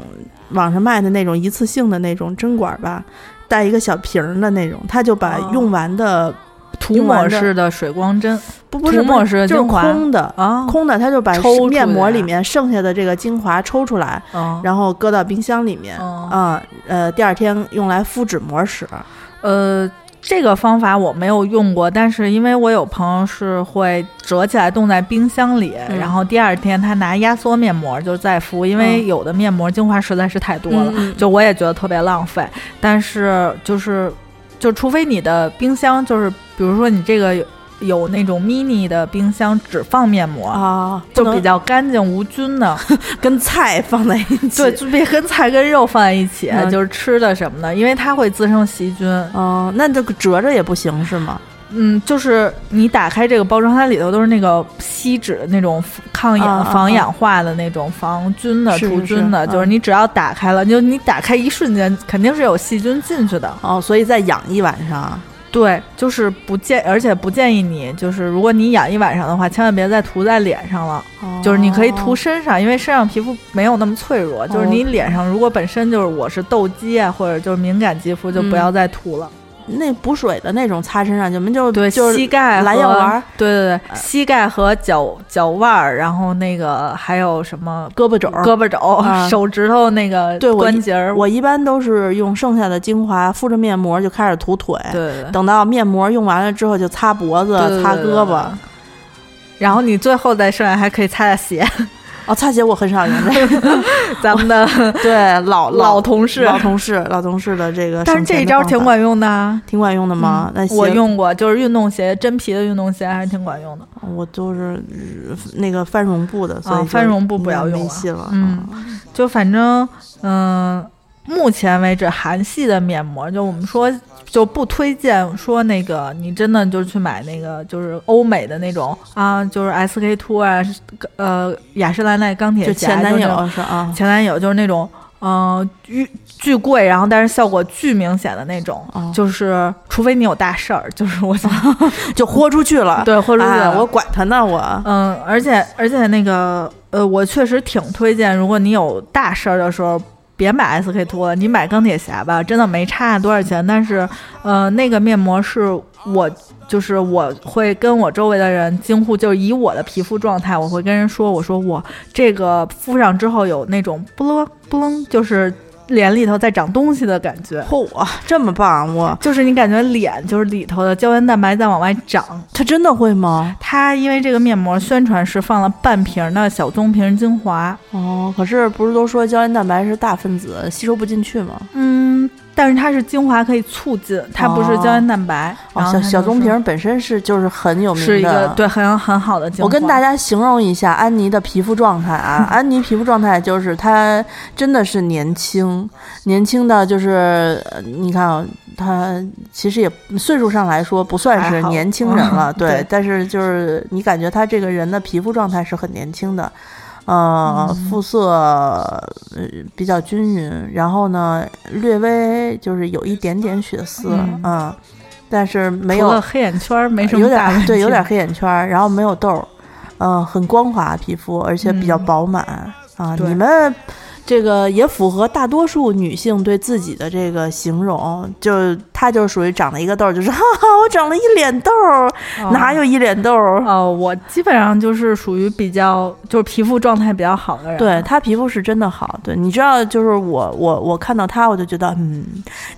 [SPEAKER 1] 网上卖的那种一次性的那种针管吧，带一个小瓶儿的那种，他就把
[SPEAKER 2] 哦
[SPEAKER 1] 用完的、
[SPEAKER 2] 涂
[SPEAKER 1] 用完
[SPEAKER 2] 抹
[SPEAKER 1] 的
[SPEAKER 2] 式的水光针
[SPEAKER 1] 不不是
[SPEAKER 2] 涂抹
[SPEAKER 1] 不
[SPEAKER 2] 式的
[SPEAKER 1] 就是
[SPEAKER 2] 精华
[SPEAKER 1] 空的。
[SPEAKER 2] 啊，
[SPEAKER 1] 空的，他就把
[SPEAKER 2] 抽出
[SPEAKER 1] 面膜
[SPEAKER 2] 来
[SPEAKER 1] 里面剩下的这个精华抽出来，
[SPEAKER 2] 嗯
[SPEAKER 1] 然后搁到冰箱里面，
[SPEAKER 2] 嗯
[SPEAKER 1] 啊、呃，第二天用来敷纸膜使。
[SPEAKER 2] 呃，这个方法我没有用过，但是因为我有朋友是会折起来冻在冰箱里，
[SPEAKER 1] 嗯
[SPEAKER 2] 然后第二天他拿压缩面膜就是再敷，因为
[SPEAKER 1] 嗯
[SPEAKER 2] 有的面膜精华实在是太多了，
[SPEAKER 1] 嗯嗯
[SPEAKER 2] 就我也觉得特别浪费，但是就是就除非你的冰箱就是比如说你这个有有那种 mini 的冰箱只放面膜。
[SPEAKER 1] 啊，
[SPEAKER 2] 就
[SPEAKER 1] 不能
[SPEAKER 2] 比较干净无菌的，
[SPEAKER 1] 跟菜放在一起。
[SPEAKER 2] 对，，就别跟菜跟肉放在一起，
[SPEAKER 1] 嗯
[SPEAKER 2] 就是吃的什么的，因为它会滋生细菌。
[SPEAKER 1] 嗯、那这个折着也不行是吗？
[SPEAKER 2] 嗯，就是你打开这个包装，它里头都是那个锡纸那种抗氧、
[SPEAKER 1] 啊啊啊
[SPEAKER 2] 防氧化的那种防菌的、
[SPEAKER 1] 是是
[SPEAKER 2] 除菌的，
[SPEAKER 1] 是
[SPEAKER 2] 就是
[SPEAKER 1] 嗯
[SPEAKER 2] 你只要打开了，就你打开一瞬间肯定是有细菌进去的。
[SPEAKER 1] 哦，所以再养一晚上。
[SPEAKER 2] 对，就是不建，而且不建议你，就是如果你养一晚上的话，千万别再涂在脸上了。
[SPEAKER 1] 哦
[SPEAKER 2] 就是你可以涂身上，因为身上皮肤没有那么脆弱。就是你脸上如果本身就是我是痘肌啊，或者就是敏感肌肤，就不
[SPEAKER 1] 嗯
[SPEAKER 2] 要再涂了。
[SPEAKER 1] 那补水的那种擦身上，就没就
[SPEAKER 2] 对，
[SPEAKER 1] 就是
[SPEAKER 2] 膝盖
[SPEAKER 1] 蓝药
[SPEAKER 2] 和
[SPEAKER 1] 丸儿、
[SPEAKER 2] 对对对，膝盖和脚脚腕儿，然后那个还有什么
[SPEAKER 1] 胳膊肘。
[SPEAKER 2] 胳膊肘、
[SPEAKER 1] 啊
[SPEAKER 2] 手指头那个
[SPEAKER 1] 对我一
[SPEAKER 2] 关节儿，
[SPEAKER 1] 我一般都是用剩下的精华敷着面膜就开始涂腿，
[SPEAKER 2] 对对对
[SPEAKER 1] 等到面膜用完了之后就擦脖子、
[SPEAKER 2] 对对
[SPEAKER 1] 擦
[SPEAKER 2] 对对
[SPEAKER 1] 胳
[SPEAKER 2] 对
[SPEAKER 1] 膊。
[SPEAKER 2] 然后你最后再剩下还可以擦擦 鞋，
[SPEAKER 1] 哦，擦鞋我很少用 这个，
[SPEAKER 2] 咱们的
[SPEAKER 1] 对老
[SPEAKER 2] 老同事。
[SPEAKER 1] 老同事老同事的这个
[SPEAKER 2] 但是
[SPEAKER 1] 省钱
[SPEAKER 2] 这
[SPEAKER 1] 的
[SPEAKER 2] 一招挺
[SPEAKER 1] 方法
[SPEAKER 2] 管用的啊，
[SPEAKER 1] 挺管用的吗？嗯那鞋
[SPEAKER 2] 我用过，就是运动鞋，真皮的运动鞋还是挺管用的。
[SPEAKER 1] 我就是呃那个翻绒布的，所以就
[SPEAKER 2] 翻啊绒布
[SPEAKER 1] 应
[SPEAKER 2] 不
[SPEAKER 1] 该
[SPEAKER 2] 要用
[SPEAKER 1] 没
[SPEAKER 2] 了
[SPEAKER 1] 戏了。啊
[SPEAKER 2] 嗯，就反正嗯、目前为止韩系的面膜，就我们说就不推荐说那个你真的就去买那个就是欧美的那种啊，就是 SK two 啊，呃雅诗兰黛钢铁
[SPEAKER 1] 就
[SPEAKER 2] 侠
[SPEAKER 1] 前男
[SPEAKER 2] 就是那种
[SPEAKER 1] 友是啊，
[SPEAKER 2] 前男友就是那种嗯、呃巨巨贵，然后但是效果巨明显的那种，
[SPEAKER 1] 哦
[SPEAKER 2] 就是除非你有大事儿，就是我想、啊
[SPEAKER 1] 就豁出去了。
[SPEAKER 2] 对或者是、
[SPEAKER 1] 哎我管他呢，我
[SPEAKER 2] 嗯，而且而且那个呃，我确实挺推荐，如果你有大事儿的时候，别买 SK two 了，你买钢铁侠吧，真的没差多少钱。但是，呃，那个面膜是我，就是我会跟我周围的人惊呼，就是以我的皮肤状态，我会跟人说，我说我这个敷上之后有那种不楞不楞，就是脸里头在长东西的感觉。
[SPEAKER 1] 嚯，这么棒！我
[SPEAKER 2] 就是你感觉脸就是里头的胶原蛋白在往外长，
[SPEAKER 1] 它真的会吗？
[SPEAKER 2] 它因为这个面膜宣传是放了半瓶的小棕瓶精华，
[SPEAKER 1] 哦，可是不是都说胶原蛋白是大分子，吸收不进去吗？
[SPEAKER 2] 嗯，但是它是精华可以促进，它不是胶原蛋白。
[SPEAKER 1] 哦
[SPEAKER 2] 然，后
[SPEAKER 1] 小
[SPEAKER 2] 它
[SPEAKER 1] 小
[SPEAKER 2] 就是
[SPEAKER 1] 棕瓶本身是就是很有名的，
[SPEAKER 2] 是一个对很很好的精华。
[SPEAKER 1] 我跟大家形容一下安妮的皮肤状态 啊，安妮皮肤状态就是她真的是年轻，年轻的就是呃你看啊，她其实也岁数上来说不算是
[SPEAKER 2] 还好
[SPEAKER 1] 年轻人了，
[SPEAKER 2] 嗯对
[SPEAKER 1] 但是就是你感觉她这个人的皮肤状态是很年轻的。
[SPEAKER 2] 嗯
[SPEAKER 1] 呃，肤色呃比较均匀，然后呢，略微就是有一点点血丝，
[SPEAKER 2] 嗯
[SPEAKER 1] 嗯，但是没
[SPEAKER 2] 除
[SPEAKER 1] 有
[SPEAKER 2] 了黑眼圈没什
[SPEAKER 1] 有
[SPEAKER 2] 么
[SPEAKER 1] 点
[SPEAKER 2] 大问
[SPEAKER 1] 儿
[SPEAKER 2] 题，
[SPEAKER 1] 对，有点儿黑眼圈儿，然后没有痘儿，嗯、很光滑皮肤，而且比较
[SPEAKER 2] 嗯
[SPEAKER 1] 饱满、啊。
[SPEAKER 2] 对
[SPEAKER 1] 你们这个也符合大多数女性对自己的这个形容，就她就属于长了一个痘儿，就是哈 哈，我长了一脸痘儿，
[SPEAKER 2] 哦
[SPEAKER 1] 哪有一脸痘儿？
[SPEAKER 2] 哦，我基本上就是属于比较就是皮肤状态比较好的人。
[SPEAKER 1] 对她皮肤是真的好，对，你知道，就是我我我看到她，我就觉得，嗯，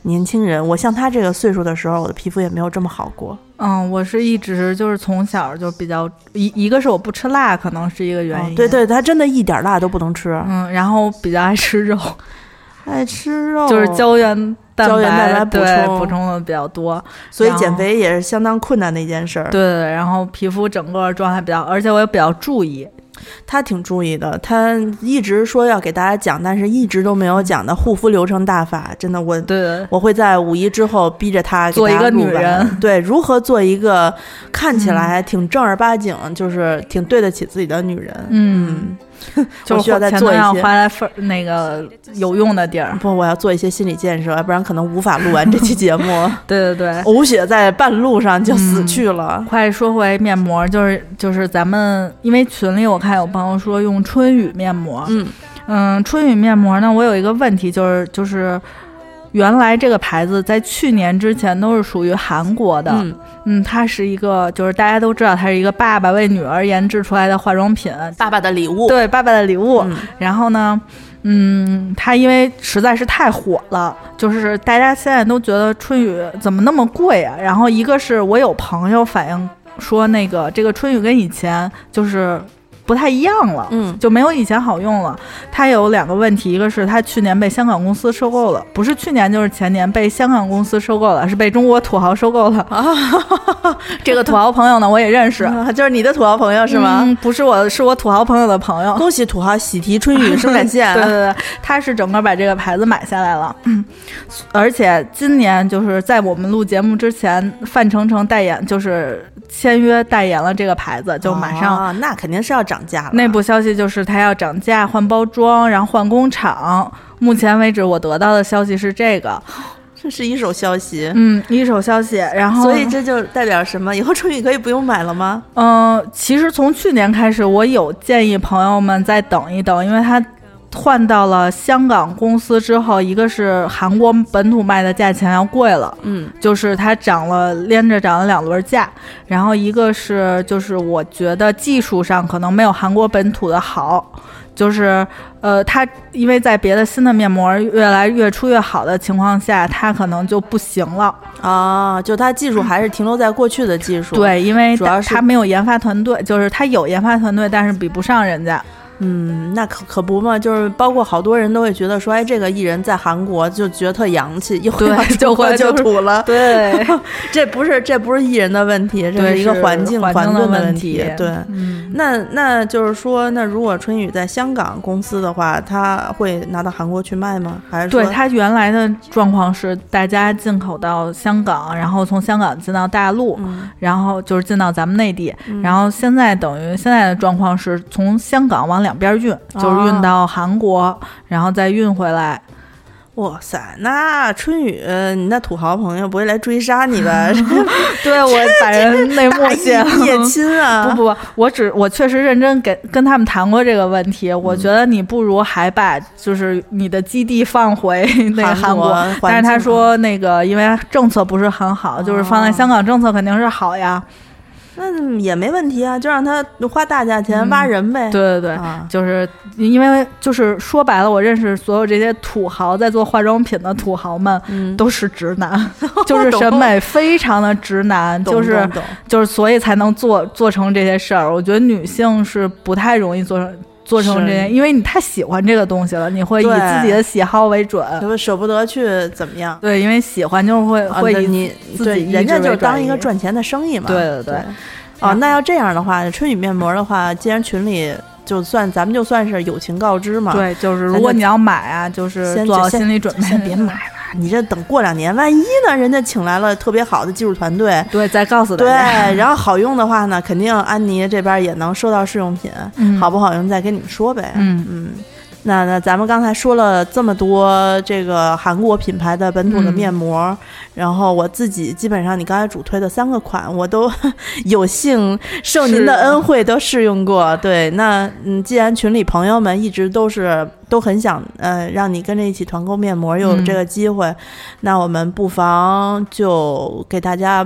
[SPEAKER 1] 年轻人，我像她这个岁数的时候，我的皮肤也没有这么好过。
[SPEAKER 2] 嗯，我是一直就是从小就比较一一个是我不吃辣，可能是一个原
[SPEAKER 1] 哦
[SPEAKER 2] 因。
[SPEAKER 1] 对。对，她真的一点儿辣都不能吃，
[SPEAKER 2] 嗯，然后比较爱吃肉，
[SPEAKER 1] 爱吃肉，
[SPEAKER 2] 就是胶原蛋白
[SPEAKER 1] 哦胶原蛋白补
[SPEAKER 2] 对
[SPEAKER 1] 充
[SPEAKER 2] 补充的比较多。
[SPEAKER 1] 所以
[SPEAKER 2] 然后
[SPEAKER 1] 减肥也是相当困难的一件事儿。
[SPEAKER 2] 对对对，然后皮肤整个状态比较，而且我也比较注意。
[SPEAKER 1] 他挺注意的，他一直说要给大家讲，但是一直都没有讲的护肤流程大法，真的我。
[SPEAKER 2] 对对对。
[SPEAKER 1] 我会在五一之后逼着他给
[SPEAKER 2] 做一
[SPEAKER 1] 大家
[SPEAKER 2] 个
[SPEAKER 1] 录
[SPEAKER 2] 女
[SPEAKER 1] 完
[SPEAKER 2] 人，
[SPEAKER 1] 对，如何做一个看起来挺正儿八经，就是挺对得起自己的女人。
[SPEAKER 2] 嗯，就
[SPEAKER 1] 我需要再
[SPEAKER 2] 钱
[SPEAKER 1] 做
[SPEAKER 2] 都
[SPEAKER 1] 一
[SPEAKER 2] 要
[SPEAKER 1] 些嗯
[SPEAKER 2] 花在份儿那个有用的地儿。
[SPEAKER 1] 不，我要做一些心理建设，要不然可能无法录完这期节目。
[SPEAKER 2] 对对对，
[SPEAKER 1] 呕血在半路上就死去了。
[SPEAKER 2] 快说回面膜，就是就是咱们因为群里我看有朋友说用春雨面膜，
[SPEAKER 1] 嗯，
[SPEAKER 2] 嗯，春雨面膜呢，我有一个问题就是就是。原来这个牌子在去年之前都是属于韩国的，
[SPEAKER 1] 嗯，
[SPEAKER 2] 嗯，它是一个就是大家都知道它是一个爸爸为女儿研制出来的化妆品，
[SPEAKER 1] 爸爸的礼物，
[SPEAKER 2] 对爸爸的礼物，
[SPEAKER 1] 嗯
[SPEAKER 2] 然后呢，嗯，它因为实在是太火了，就是大家现在都觉得春雨怎么那么贵啊？然后一个是我有朋友反映说，那个这个春雨跟以前就是不太一样了。
[SPEAKER 1] 嗯，
[SPEAKER 2] 就没有以前好用了。它有两个问题，一个是它去年被香港公司收购了，不是去年就是前年被香港公司收购了，是被中国土豪收购了。这个土豪朋友呢，我也认识，
[SPEAKER 1] 啊 就是你的土豪朋友是吗？
[SPEAKER 2] 嗯不是我，是我土豪朋友的朋友。
[SPEAKER 1] 恭喜土豪喜提春雨，生产线。
[SPEAKER 2] 对对对，他是整个把这个牌子买下来了，嗯，而且今年就是在我们录节目之前，范丞丞代言就是签约代言了这个牌子，就马上、
[SPEAKER 1] 啊，那肯定是要涨价了。
[SPEAKER 2] 内部消息就是他要涨价、换包装，然后换工厂。目前为止，我得到的消息是这个，
[SPEAKER 1] 这是一手消息，
[SPEAKER 2] 嗯，一手消息。然后，
[SPEAKER 1] 所以这就代表什么？以后春雨可以不用买了吗？
[SPEAKER 2] 嗯、其实从去年开始，我有建议朋友们再等一等，因为它换到了香港公司之后，一个是韩国本土卖的价钱要贵了，
[SPEAKER 1] 嗯，
[SPEAKER 2] 就是它涨了，连着涨了两轮价。然后一个是就是我觉得技术上可能没有韩国本土的好，就是呃，它因为在别的新的面膜越来越出越好的情况下，它可能就不行了。
[SPEAKER 1] 啊，就它技术还是停留在过去的技术。，
[SPEAKER 2] 对，因为
[SPEAKER 1] 主要
[SPEAKER 2] 它
[SPEAKER 1] 是
[SPEAKER 2] 它没有研发团队，就是它有研发团队，但是比不上人 家。
[SPEAKER 1] 嗯，那可可不嘛，就是包括好多人都会觉得说，哎，这个艺人在韩国就觉得特洋气，一回
[SPEAKER 2] 对
[SPEAKER 1] 到中国
[SPEAKER 2] 就
[SPEAKER 1] 就
[SPEAKER 2] 会
[SPEAKER 1] 土了。
[SPEAKER 2] 对
[SPEAKER 1] 这不是这不是艺人的问题，这
[SPEAKER 2] 对，
[SPEAKER 1] 一个
[SPEAKER 2] 是
[SPEAKER 1] 环境
[SPEAKER 2] 环
[SPEAKER 1] 境
[SPEAKER 2] 的
[SPEAKER 1] 问
[SPEAKER 2] 题。
[SPEAKER 1] 对，
[SPEAKER 2] 嗯，
[SPEAKER 1] 那那就是说，那如果春雨在香港公司的话，他会拿到韩国去卖吗？还是说
[SPEAKER 2] 对，它原来的状况是大家进口到香港，然后从香港进到大陆，
[SPEAKER 1] 嗯
[SPEAKER 2] 然后就是进到咱们内地，然后现在等于现在的状况是哦从香港往两边运，就是运到韩国，然后再运回来。
[SPEAKER 1] 哇塞，那春雨，你那土豪朋友不会来追杀你吧？
[SPEAKER 2] 对我把人内幕
[SPEAKER 1] 大义
[SPEAKER 2] 泄露
[SPEAKER 1] 灭亲啊！
[SPEAKER 2] 不不不，我只我确实认真跟跟他们谈过这个问题。我觉得你不如还把就是你的基地放回 那个
[SPEAKER 1] 韩
[SPEAKER 2] 韩
[SPEAKER 1] 国
[SPEAKER 2] 国
[SPEAKER 1] 环，
[SPEAKER 2] 但是他
[SPEAKER 1] 境
[SPEAKER 2] 说那个因为政策不是很好，就是放在香港政策肯定是好呀。
[SPEAKER 1] 那也没问题啊，就让他花大价钱挖人呗。
[SPEAKER 2] 对对对，
[SPEAKER 1] 啊，
[SPEAKER 2] 就是因为就是说白了，我认识所有这些土豪在做化妆品的土豪们。
[SPEAKER 1] 嗯，
[SPEAKER 2] 都是 直男，就是审美非常的直男，
[SPEAKER 1] 懂
[SPEAKER 2] 就是
[SPEAKER 1] 懂懂
[SPEAKER 2] 就是所以才能做做成这些事儿。我觉得女性是不太容易做成做成这些，
[SPEAKER 1] 是
[SPEAKER 2] 因为你太喜欢这个东西了，你会以
[SPEAKER 1] 对
[SPEAKER 2] 自己的喜好为准。
[SPEAKER 1] 他们舍不得去怎么样？
[SPEAKER 2] 对，因为喜欢就是会
[SPEAKER 1] 啊
[SPEAKER 2] 会
[SPEAKER 1] 那
[SPEAKER 2] 以
[SPEAKER 1] 你
[SPEAKER 2] 自
[SPEAKER 1] 对
[SPEAKER 2] 己意
[SPEAKER 1] 人家
[SPEAKER 2] 志为
[SPEAKER 1] 就是当
[SPEAKER 2] 转
[SPEAKER 1] 一个
[SPEAKER 2] 移
[SPEAKER 1] 赚钱的生意嘛。
[SPEAKER 2] 对对对
[SPEAKER 1] 对。哦，那要这样的话，春雨面膜的话，既然群里就算咱们就算是友情告知嘛，，
[SPEAKER 2] 对，就是
[SPEAKER 1] 咱
[SPEAKER 2] 如果
[SPEAKER 1] 就
[SPEAKER 2] 你要买啊，就是
[SPEAKER 1] 先
[SPEAKER 2] 做好
[SPEAKER 1] 先
[SPEAKER 2] 心理准备，
[SPEAKER 1] 先别买。了，你这等过两年，万一呢，人家请来了特别好的技术团队，
[SPEAKER 2] 对，再告诉大
[SPEAKER 1] 对，
[SPEAKER 2] 家。
[SPEAKER 1] 然后好用的话呢，肯定安妮这边也能收到试用品，
[SPEAKER 2] 嗯
[SPEAKER 1] 好不好用再跟你们说呗。
[SPEAKER 2] 嗯
[SPEAKER 1] 那那咱们刚才说了这么多这个韩国品牌的本
[SPEAKER 2] 嗯
[SPEAKER 1] 土的面膜，然后我自己基本上你刚才主推的三个款我都 有幸受您的
[SPEAKER 2] 是啊
[SPEAKER 1] 恩惠都试用过。对，那嗯，既然群里朋友们一直都是都很想呃让你跟着一起团购面膜，又有这
[SPEAKER 2] 嗯
[SPEAKER 1] 个机会，那我们不妨就给大家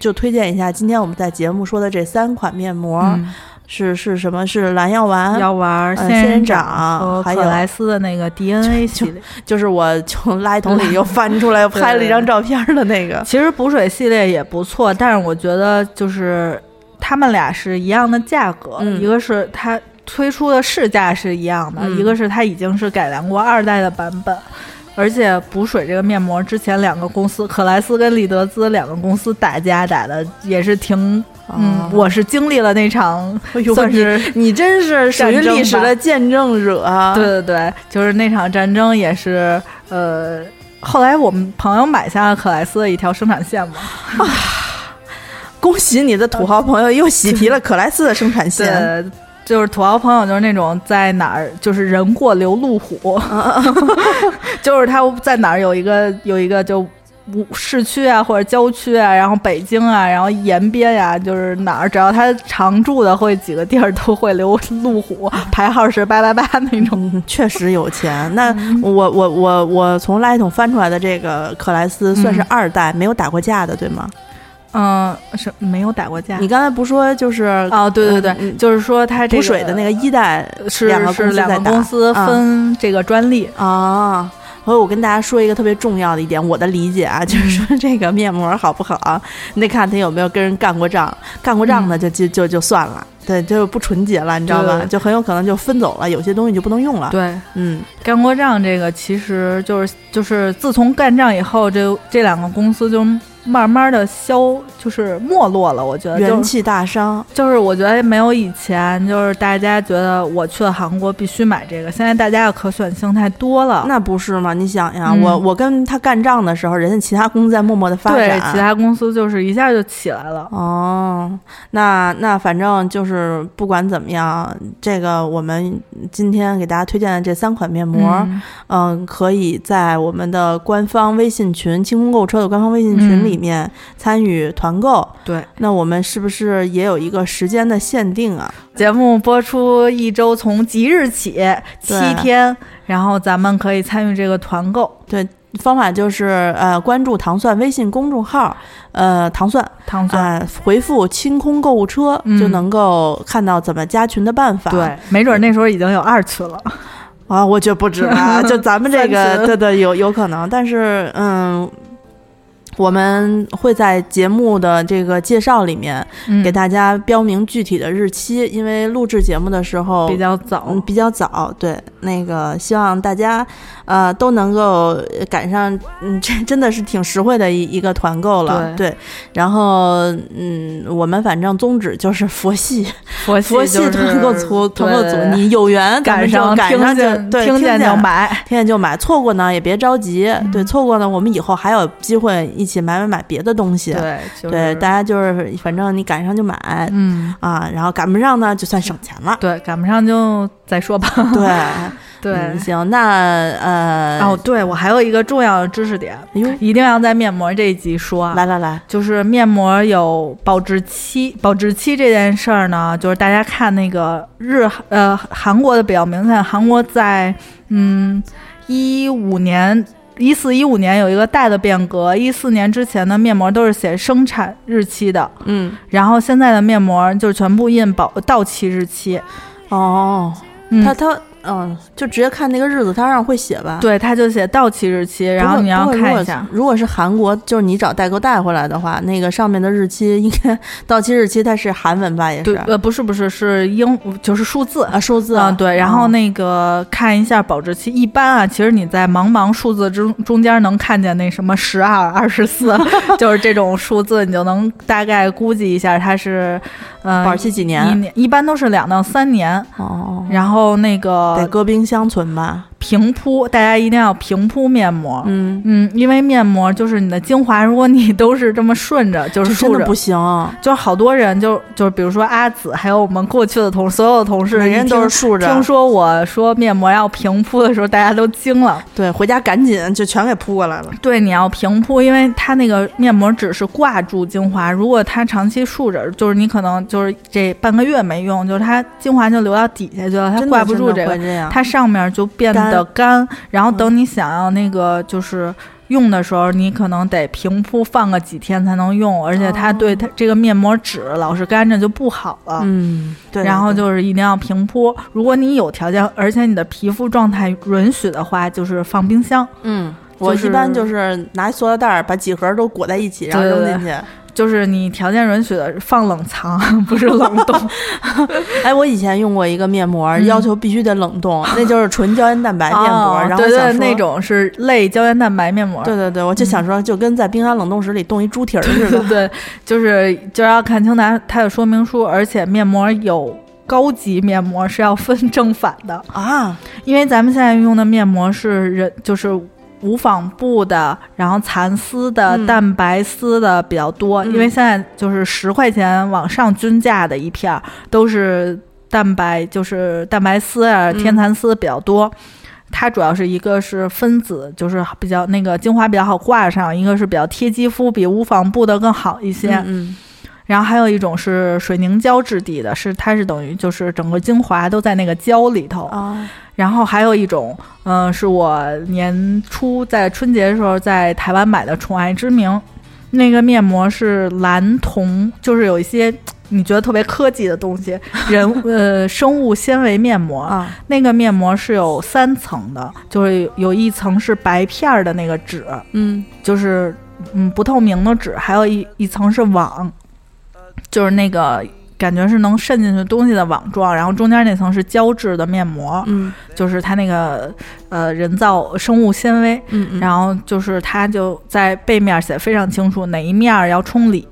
[SPEAKER 1] 就推荐一下今天我们在节目说的这三款面膜、
[SPEAKER 2] 嗯，
[SPEAKER 1] 是是什么？是蓝药丸，
[SPEAKER 2] 要玩
[SPEAKER 1] 呃
[SPEAKER 2] 啊仙
[SPEAKER 1] 仙人
[SPEAKER 2] 人
[SPEAKER 1] 掌
[SPEAKER 2] 和
[SPEAKER 1] 还
[SPEAKER 2] 可
[SPEAKER 1] 有
[SPEAKER 2] 莱斯的那个 DNA 系列，
[SPEAKER 1] 就是我从垃圾桶里又翻 出来又
[SPEAKER 2] 对
[SPEAKER 1] 拍了一张照片的那个。
[SPEAKER 2] 其实补水系列也不错，但是我觉得就是他们俩是一样的价格，
[SPEAKER 1] 嗯
[SPEAKER 2] 一个是它推出的市价是一样的，
[SPEAKER 1] 嗯
[SPEAKER 2] 一个是它已经是改良过二代的版本。而且补水这个面膜，之前两个公司可莱斯跟丽德滋两个公司打架打的也是挺，嗯，
[SPEAKER 1] 啊
[SPEAKER 2] 我是经历了那场，
[SPEAKER 1] 哎呦
[SPEAKER 2] 算是
[SPEAKER 1] 你你真是属于
[SPEAKER 2] 战争吧
[SPEAKER 1] 历史的见证者啊！
[SPEAKER 2] 对对对，就是那场战争也是，呃，后来我们朋友买下了可莱斯的一条生产线嘛，
[SPEAKER 1] 恭喜你的土豪朋友又喜提了可莱斯的生产线。
[SPEAKER 2] 对，就是土豪朋友，就是那种在哪儿就是人过留路 虎，就是他在哪儿有一个有一个就无。市区啊，或者郊区啊，然后北京啊，然后延边呀、就是哪儿，只要他常住的会几个地儿都会留路 虎，排号是八八八那种。
[SPEAKER 1] 嗯，确实有钱。那
[SPEAKER 2] 嗯
[SPEAKER 1] 我我我我从垃圾桶翻出来的这个可莱斯算是
[SPEAKER 2] 嗯
[SPEAKER 1] 二代，没有打过架的，对吗？
[SPEAKER 2] 嗯，是没有打过架
[SPEAKER 1] 你。刚才不说就是
[SPEAKER 2] 哦，对对对，
[SPEAKER 1] 嗯嗯
[SPEAKER 2] 就是说他这
[SPEAKER 1] 补
[SPEAKER 2] 个
[SPEAKER 1] 水的那个一代
[SPEAKER 2] 是
[SPEAKER 1] 两个公
[SPEAKER 2] 是
[SPEAKER 1] 司
[SPEAKER 2] 两
[SPEAKER 1] 在
[SPEAKER 2] 个
[SPEAKER 1] 打
[SPEAKER 2] 公司
[SPEAKER 1] 啊
[SPEAKER 2] 分这个专利，
[SPEAKER 1] 啊。所以我跟大家说一个特别重要的一点，我的理解啊，就是说这个面膜好不好啊，你得看他有没有跟人干过仗，干过仗的就就就就算了，对，就不纯洁了，你知道吧？
[SPEAKER 2] 对
[SPEAKER 1] 就很有可能就分走了，有些东西就不能用了。
[SPEAKER 2] 对，
[SPEAKER 1] 嗯，
[SPEAKER 2] 干过仗这个其实就是就是自从干仗以后，这这两个公司就慢慢的消，就是没落了。我觉得就
[SPEAKER 1] 元
[SPEAKER 2] 是
[SPEAKER 1] 气大伤，
[SPEAKER 2] 就是我觉得没有以前，就是大家觉得我去了韩国必须买这个，现在大家的可选性太多了。
[SPEAKER 1] 那不是吗？你想呀，
[SPEAKER 2] 嗯
[SPEAKER 1] 我我跟他干仗的时候，人家其他公司在默默的发
[SPEAKER 2] 对
[SPEAKER 1] 展，，
[SPEAKER 2] 其他公司就是一下就起来了。
[SPEAKER 1] 哦，那那反正就是不管怎么样，这个我们今天给大家推荐的这三款面膜，
[SPEAKER 2] 嗯
[SPEAKER 1] 嗯，可以在我们的官方微信群“清空购物车”的官方微信
[SPEAKER 2] 嗯
[SPEAKER 1] 群里面参与团购。
[SPEAKER 2] 对，
[SPEAKER 1] 那我们是不是也有一个时间的限定啊？
[SPEAKER 2] 节目播出一周，从即日起七
[SPEAKER 1] 对
[SPEAKER 2] 天，然后咱们可以参与这个团购
[SPEAKER 1] 方法就是呃，关注糖蒜微信公众号，呃，糖蒜
[SPEAKER 2] 糖蒜。
[SPEAKER 1] 啊、回复“清空购物车”
[SPEAKER 2] 嗯
[SPEAKER 1] 就能够看到怎么加群的办法。
[SPEAKER 2] 对，没准那时候已经有二群了。
[SPEAKER 1] 啊，我觉得不止 啊，就咱们这
[SPEAKER 2] 三
[SPEAKER 1] 个，
[SPEAKER 2] 群
[SPEAKER 1] 对对，有有可能，但是嗯。我们会在节目的这个介绍里面
[SPEAKER 2] 嗯
[SPEAKER 1] 给大家标明具体的日期，因为录制节目的时候
[SPEAKER 2] 比较早，
[SPEAKER 1] 嗯比较早，对那个希望大家呃都能够赶上，嗯，这真的是挺实惠的一一个团购了，对。然后嗯，我们反正宗旨就是佛系，
[SPEAKER 2] 佛系
[SPEAKER 1] 佛系
[SPEAKER 2] 就是
[SPEAKER 1] 团购组，团购组
[SPEAKER 2] 对，
[SPEAKER 1] 你有缘咱
[SPEAKER 2] 赶
[SPEAKER 1] 们就
[SPEAKER 2] 上
[SPEAKER 1] 赶上就
[SPEAKER 2] 听
[SPEAKER 1] 对
[SPEAKER 2] 见听
[SPEAKER 1] 见
[SPEAKER 2] 见就，买，嗯
[SPEAKER 1] 听见就买，错过呢也别着急，对，错过呢我们以后还有机会一起买买买别的东西。
[SPEAKER 2] 对，就是、
[SPEAKER 1] 对，大家就是反正你赶上就买
[SPEAKER 2] 嗯，
[SPEAKER 1] 啊，然后赶不上呢就算省钱 了。
[SPEAKER 2] 对，赶不上就再说吧。
[SPEAKER 1] 对，
[SPEAKER 2] 对，
[SPEAKER 1] 嗯行，那呃，
[SPEAKER 2] 哦，对，我还有一个重要的知识点，
[SPEAKER 1] 哎呦，
[SPEAKER 2] 一定要在面膜这一集说啊。
[SPEAKER 1] 来来来，
[SPEAKER 2] 就是面膜有保质期，保质期这件事儿呢，就是大家看那个日呃韩国的比较明显，韩国在嗯一五年。一四一五年有一个大的变革，一四年之前的面膜都是写生产日期的，
[SPEAKER 1] 嗯，
[SPEAKER 2] 然后现在的面膜就是全部印保到期日期。
[SPEAKER 1] 哦，
[SPEAKER 2] 嗯，
[SPEAKER 1] 他他嗯，就直接看那个日子，他让会写吧。
[SPEAKER 2] 对，它就写到期日期，然后
[SPEAKER 1] 不过
[SPEAKER 2] 你
[SPEAKER 1] 不
[SPEAKER 2] 要
[SPEAKER 1] 过如
[SPEAKER 2] 看
[SPEAKER 1] 果
[SPEAKER 2] 一下。
[SPEAKER 1] 如果是韩国，就是你找代购带回来的话，那个上面的日期应该到期日期，它是韩文吧？也
[SPEAKER 2] 对
[SPEAKER 1] 是，
[SPEAKER 2] 呃，不是不是，是英，就是数字
[SPEAKER 1] 啊，哦数字
[SPEAKER 2] 嗯，对，然后那个看一下保质期，一般啊，其实你在茫茫数字之中间能看见那什么十二、二十四， 就是这种数字，你就能大概估计一下它是，嗯、
[SPEAKER 1] 保质期几
[SPEAKER 2] 一
[SPEAKER 1] 年？
[SPEAKER 2] 年，一般都是两到三年。
[SPEAKER 1] 哦，
[SPEAKER 2] 然后
[SPEAKER 1] 得
[SPEAKER 2] 那个
[SPEAKER 1] 搁冰箱存吧？
[SPEAKER 2] 平铺，大家一定要平铺面膜。
[SPEAKER 1] 嗯，
[SPEAKER 2] 嗯，因为面膜就是你的精华，如果你都是这么顺着，就是
[SPEAKER 1] 这真
[SPEAKER 2] 竖
[SPEAKER 1] 的
[SPEAKER 2] 着
[SPEAKER 1] 不，行，
[SPEAKER 2] 就是好多人就就是比如说阿紫，还有我们过去的同所有的同事，
[SPEAKER 1] 每人
[SPEAKER 2] 一
[SPEAKER 1] 都
[SPEAKER 2] 听
[SPEAKER 1] 是竖着
[SPEAKER 2] 听。说我说面膜要平铺的时候，大家都惊了。
[SPEAKER 1] 对，回家赶紧就全给铺过来了。
[SPEAKER 2] 对，你要平铺，因为它那个面膜只是挂住精华，如果它长期竖着，就是你可能就是这半个月没用，就是它精华就流到底下去了，它
[SPEAKER 1] 真的
[SPEAKER 2] 挂不住
[SPEAKER 1] 真
[SPEAKER 2] 这
[SPEAKER 1] 的
[SPEAKER 2] 个
[SPEAKER 1] 会，这嗯样。
[SPEAKER 2] 它上面就变得干。然后等你想要那个就是。用的时候，你可能得平铺放个几天才能用，而且它对
[SPEAKER 1] 哦
[SPEAKER 2] 它这个面膜纸老是干着就不好了。
[SPEAKER 1] 嗯，对。
[SPEAKER 2] 然后
[SPEAKER 1] 对
[SPEAKER 2] 就是一定要平铺。如果你有条件，而且你的皮肤状态允许的话，就是放冰箱。
[SPEAKER 1] 嗯。我
[SPEAKER 2] 就是
[SPEAKER 1] 一般就是拿塑料袋儿把几盒都裹在一起，然后
[SPEAKER 2] 对
[SPEAKER 1] 扔
[SPEAKER 2] 对
[SPEAKER 1] 进去。
[SPEAKER 2] 就是你条件允许的放冷藏， 不是冷冻。
[SPEAKER 1] 哎，我以前用过一个面膜，
[SPEAKER 2] 嗯
[SPEAKER 1] 要求必须得冷 冻，那就是纯胶原蛋白面膜。
[SPEAKER 2] 哦
[SPEAKER 1] 然后
[SPEAKER 2] 对
[SPEAKER 1] 想
[SPEAKER 2] 对，
[SPEAKER 1] 说
[SPEAKER 2] 那种是类胶原蛋白面膜。
[SPEAKER 1] 对对对，我就想说，就跟在冰箱冷冻室里冻一猪蹄儿似的。
[SPEAKER 2] 对，就是就要看清它它的说明书，而且面膜有。高级面膜是要分正反的，
[SPEAKER 1] 啊，
[SPEAKER 2] 因为咱们现在用的面膜是人就是无纺布的，然后蚕丝的、
[SPEAKER 1] 嗯
[SPEAKER 2] 蛋白丝的比较多，
[SPEAKER 1] 嗯
[SPEAKER 2] 因为现在就是十块钱往上均价的一片儿都是蛋白，就是蛋白丝啊、
[SPEAKER 1] 嗯
[SPEAKER 2] 天蚕丝比较多。它主要是一个是分子，就是比较那个精华比较好挂上；一个是比较贴肌肤，比无纺布的更好一些。
[SPEAKER 1] 嗯，
[SPEAKER 2] 然后还有一种是水凝胶质地的，是它是等于就是整个精华都在那个胶里头。
[SPEAKER 1] 啊，
[SPEAKER 2] 然后还有一种，嗯、是我年初在春节的时候在台湾买的《宠爱之名》，那个面膜是蓝铜，就是有一些你觉得特别科技的东西，人呃生物纤维面膜。
[SPEAKER 1] 啊，
[SPEAKER 2] 那个面膜是有三层的，就是有有一层是白片儿的那个纸，
[SPEAKER 1] 嗯，
[SPEAKER 2] 就是嗯不透明的纸，还有一一层是网，就是那个感觉是能渗进去东西的网状，然后中间那层是胶质的面膜，
[SPEAKER 1] 嗯，
[SPEAKER 2] 就是它那个呃人造生物纤维。
[SPEAKER 1] 嗯，嗯
[SPEAKER 2] 然后就是它就在背面写非常清楚哪一面儿要冲理，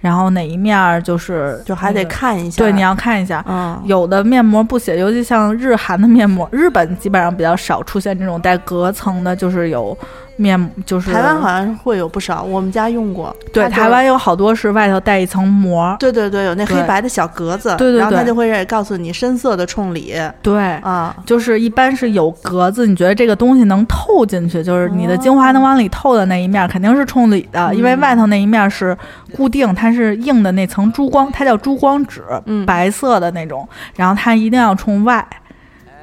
[SPEAKER 2] 然后哪一面儿就是
[SPEAKER 1] 就还得
[SPEAKER 2] 那个
[SPEAKER 1] 看一下。
[SPEAKER 2] 对你要看一下。
[SPEAKER 1] 啊，
[SPEAKER 2] 有的面膜不写，尤其像日韩的面膜，日本基本上比较少出现这种带隔层的，就是有面就是
[SPEAKER 1] 台湾好像会有不少，我们家用过。
[SPEAKER 2] 对
[SPEAKER 1] 它就是
[SPEAKER 2] 台湾有好多是外头带一层膜，
[SPEAKER 1] 对对对，有那黑白的小格子，
[SPEAKER 2] 对对对
[SPEAKER 1] 然后它就会告诉你深色的冲礼
[SPEAKER 2] 对，
[SPEAKER 1] 啊，
[SPEAKER 2] 就是一般是有格子，你觉得这个东西能透进去，就是你
[SPEAKER 1] 哦
[SPEAKER 2] 的精华能往里透的那一面肯定是冲理
[SPEAKER 1] 嗯
[SPEAKER 2] 的，因为外头那一面是固定，它是硬的那层珠光，它叫珠光纸，
[SPEAKER 1] 嗯
[SPEAKER 2] 白色的那种，然后它一定要冲外，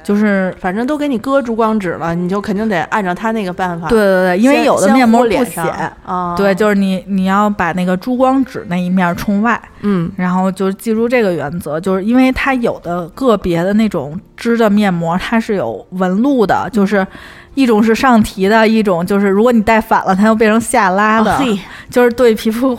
[SPEAKER 2] 就是。
[SPEAKER 1] 反正都给你搁珠光纸了，你就肯定得按照它那个办法。
[SPEAKER 2] 对对对，因为
[SPEAKER 1] 啊先
[SPEAKER 2] 有的
[SPEAKER 1] 先
[SPEAKER 2] 面膜
[SPEAKER 1] 糊
[SPEAKER 2] 不
[SPEAKER 1] 脸
[SPEAKER 2] 写
[SPEAKER 1] 上，啊，
[SPEAKER 2] 对，，就是你你要把那个珠光纸那一面冲外，
[SPEAKER 1] 嗯
[SPEAKER 2] 然后就记住这个原则，就是因为它有的个别的那种织的面膜，它是有纹路的，就是一种是上提的，一种就是如果你戴反了，它又变成下拉的，
[SPEAKER 1] 啊嘿
[SPEAKER 2] 就是对皮肤，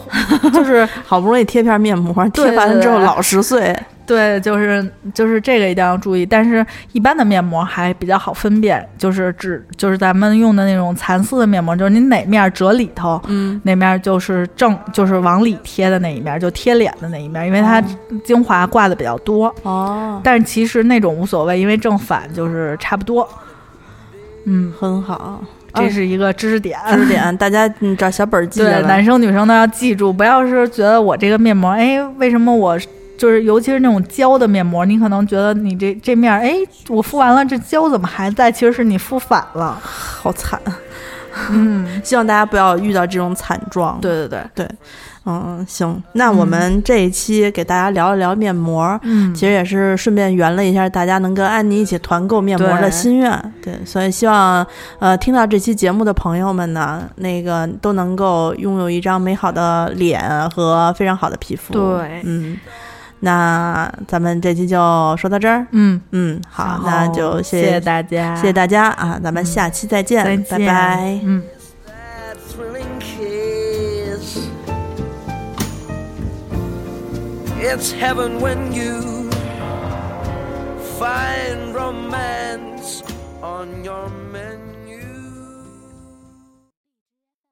[SPEAKER 2] 就是
[SPEAKER 1] 好不容易贴片面膜，
[SPEAKER 2] 对
[SPEAKER 1] 贴完了之后
[SPEAKER 2] 对对
[SPEAKER 1] 老十岁。
[SPEAKER 2] 对，就是就是这个一定要注意。但是一般的面膜还比较好分辨，就是只就是咱们用的那种蚕丝的面膜，就是你哪面折里头，
[SPEAKER 1] 嗯，
[SPEAKER 2] 那面就是正，就是往里贴的那一面，就贴脸的那一面，因为它精华挂的比较多。
[SPEAKER 1] 哦，
[SPEAKER 2] 但是其实那种无所谓，因为正反就是差不多。嗯，
[SPEAKER 1] 很好。
[SPEAKER 2] 这是一个知识点。
[SPEAKER 1] 知识点，大家嗯找小本儿记
[SPEAKER 2] 对
[SPEAKER 1] 下，来。
[SPEAKER 2] 男生女生都要记住，不要是觉得我这个面膜，哎，为什么我就是尤其是那种胶的面膜，你可能觉得你这这面，哎，我敷完了，这胶怎么还在？其实是你敷反了。
[SPEAKER 1] 好惨，啊
[SPEAKER 2] 嗯，
[SPEAKER 1] 希望大家不要遇到这种惨状。，
[SPEAKER 2] 对对对，
[SPEAKER 1] 嗯，行，那我们这一期给大家聊一聊面膜。
[SPEAKER 2] 嗯，
[SPEAKER 1] 其实也是顺便圆了一下大家能跟安妮一起团购面膜
[SPEAKER 2] 对
[SPEAKER 1] 的心愿，对，所以希望呃听到这期节目的朋友们呢，那个都能够拥有一张美好的脸和非常好的皮肤。
[SPEAKER 2] 对
[SPEAKER 1] 嗯，那咱们这期就说到这儿，
[SPEAKER 2] 嗯，
[SPEAKER 1] 嗯，好
[SPEAKER 2] 然，后
[SPEAKER 1] 那就谢
[SPEAKER 2] 谢大家，
[SPEAKER 1] 谢谢大家啊，咱们下期再见，
[SPEAKER 2] 再
[SPEAKER 1] 拜
[SPEAKER 2] 见，
[SPEAKER 1] 拜。
[SPEAKER 2] 嗯。
[SPEAKER 3] that thrilling kiss. It's heaven when you find romance on your menu.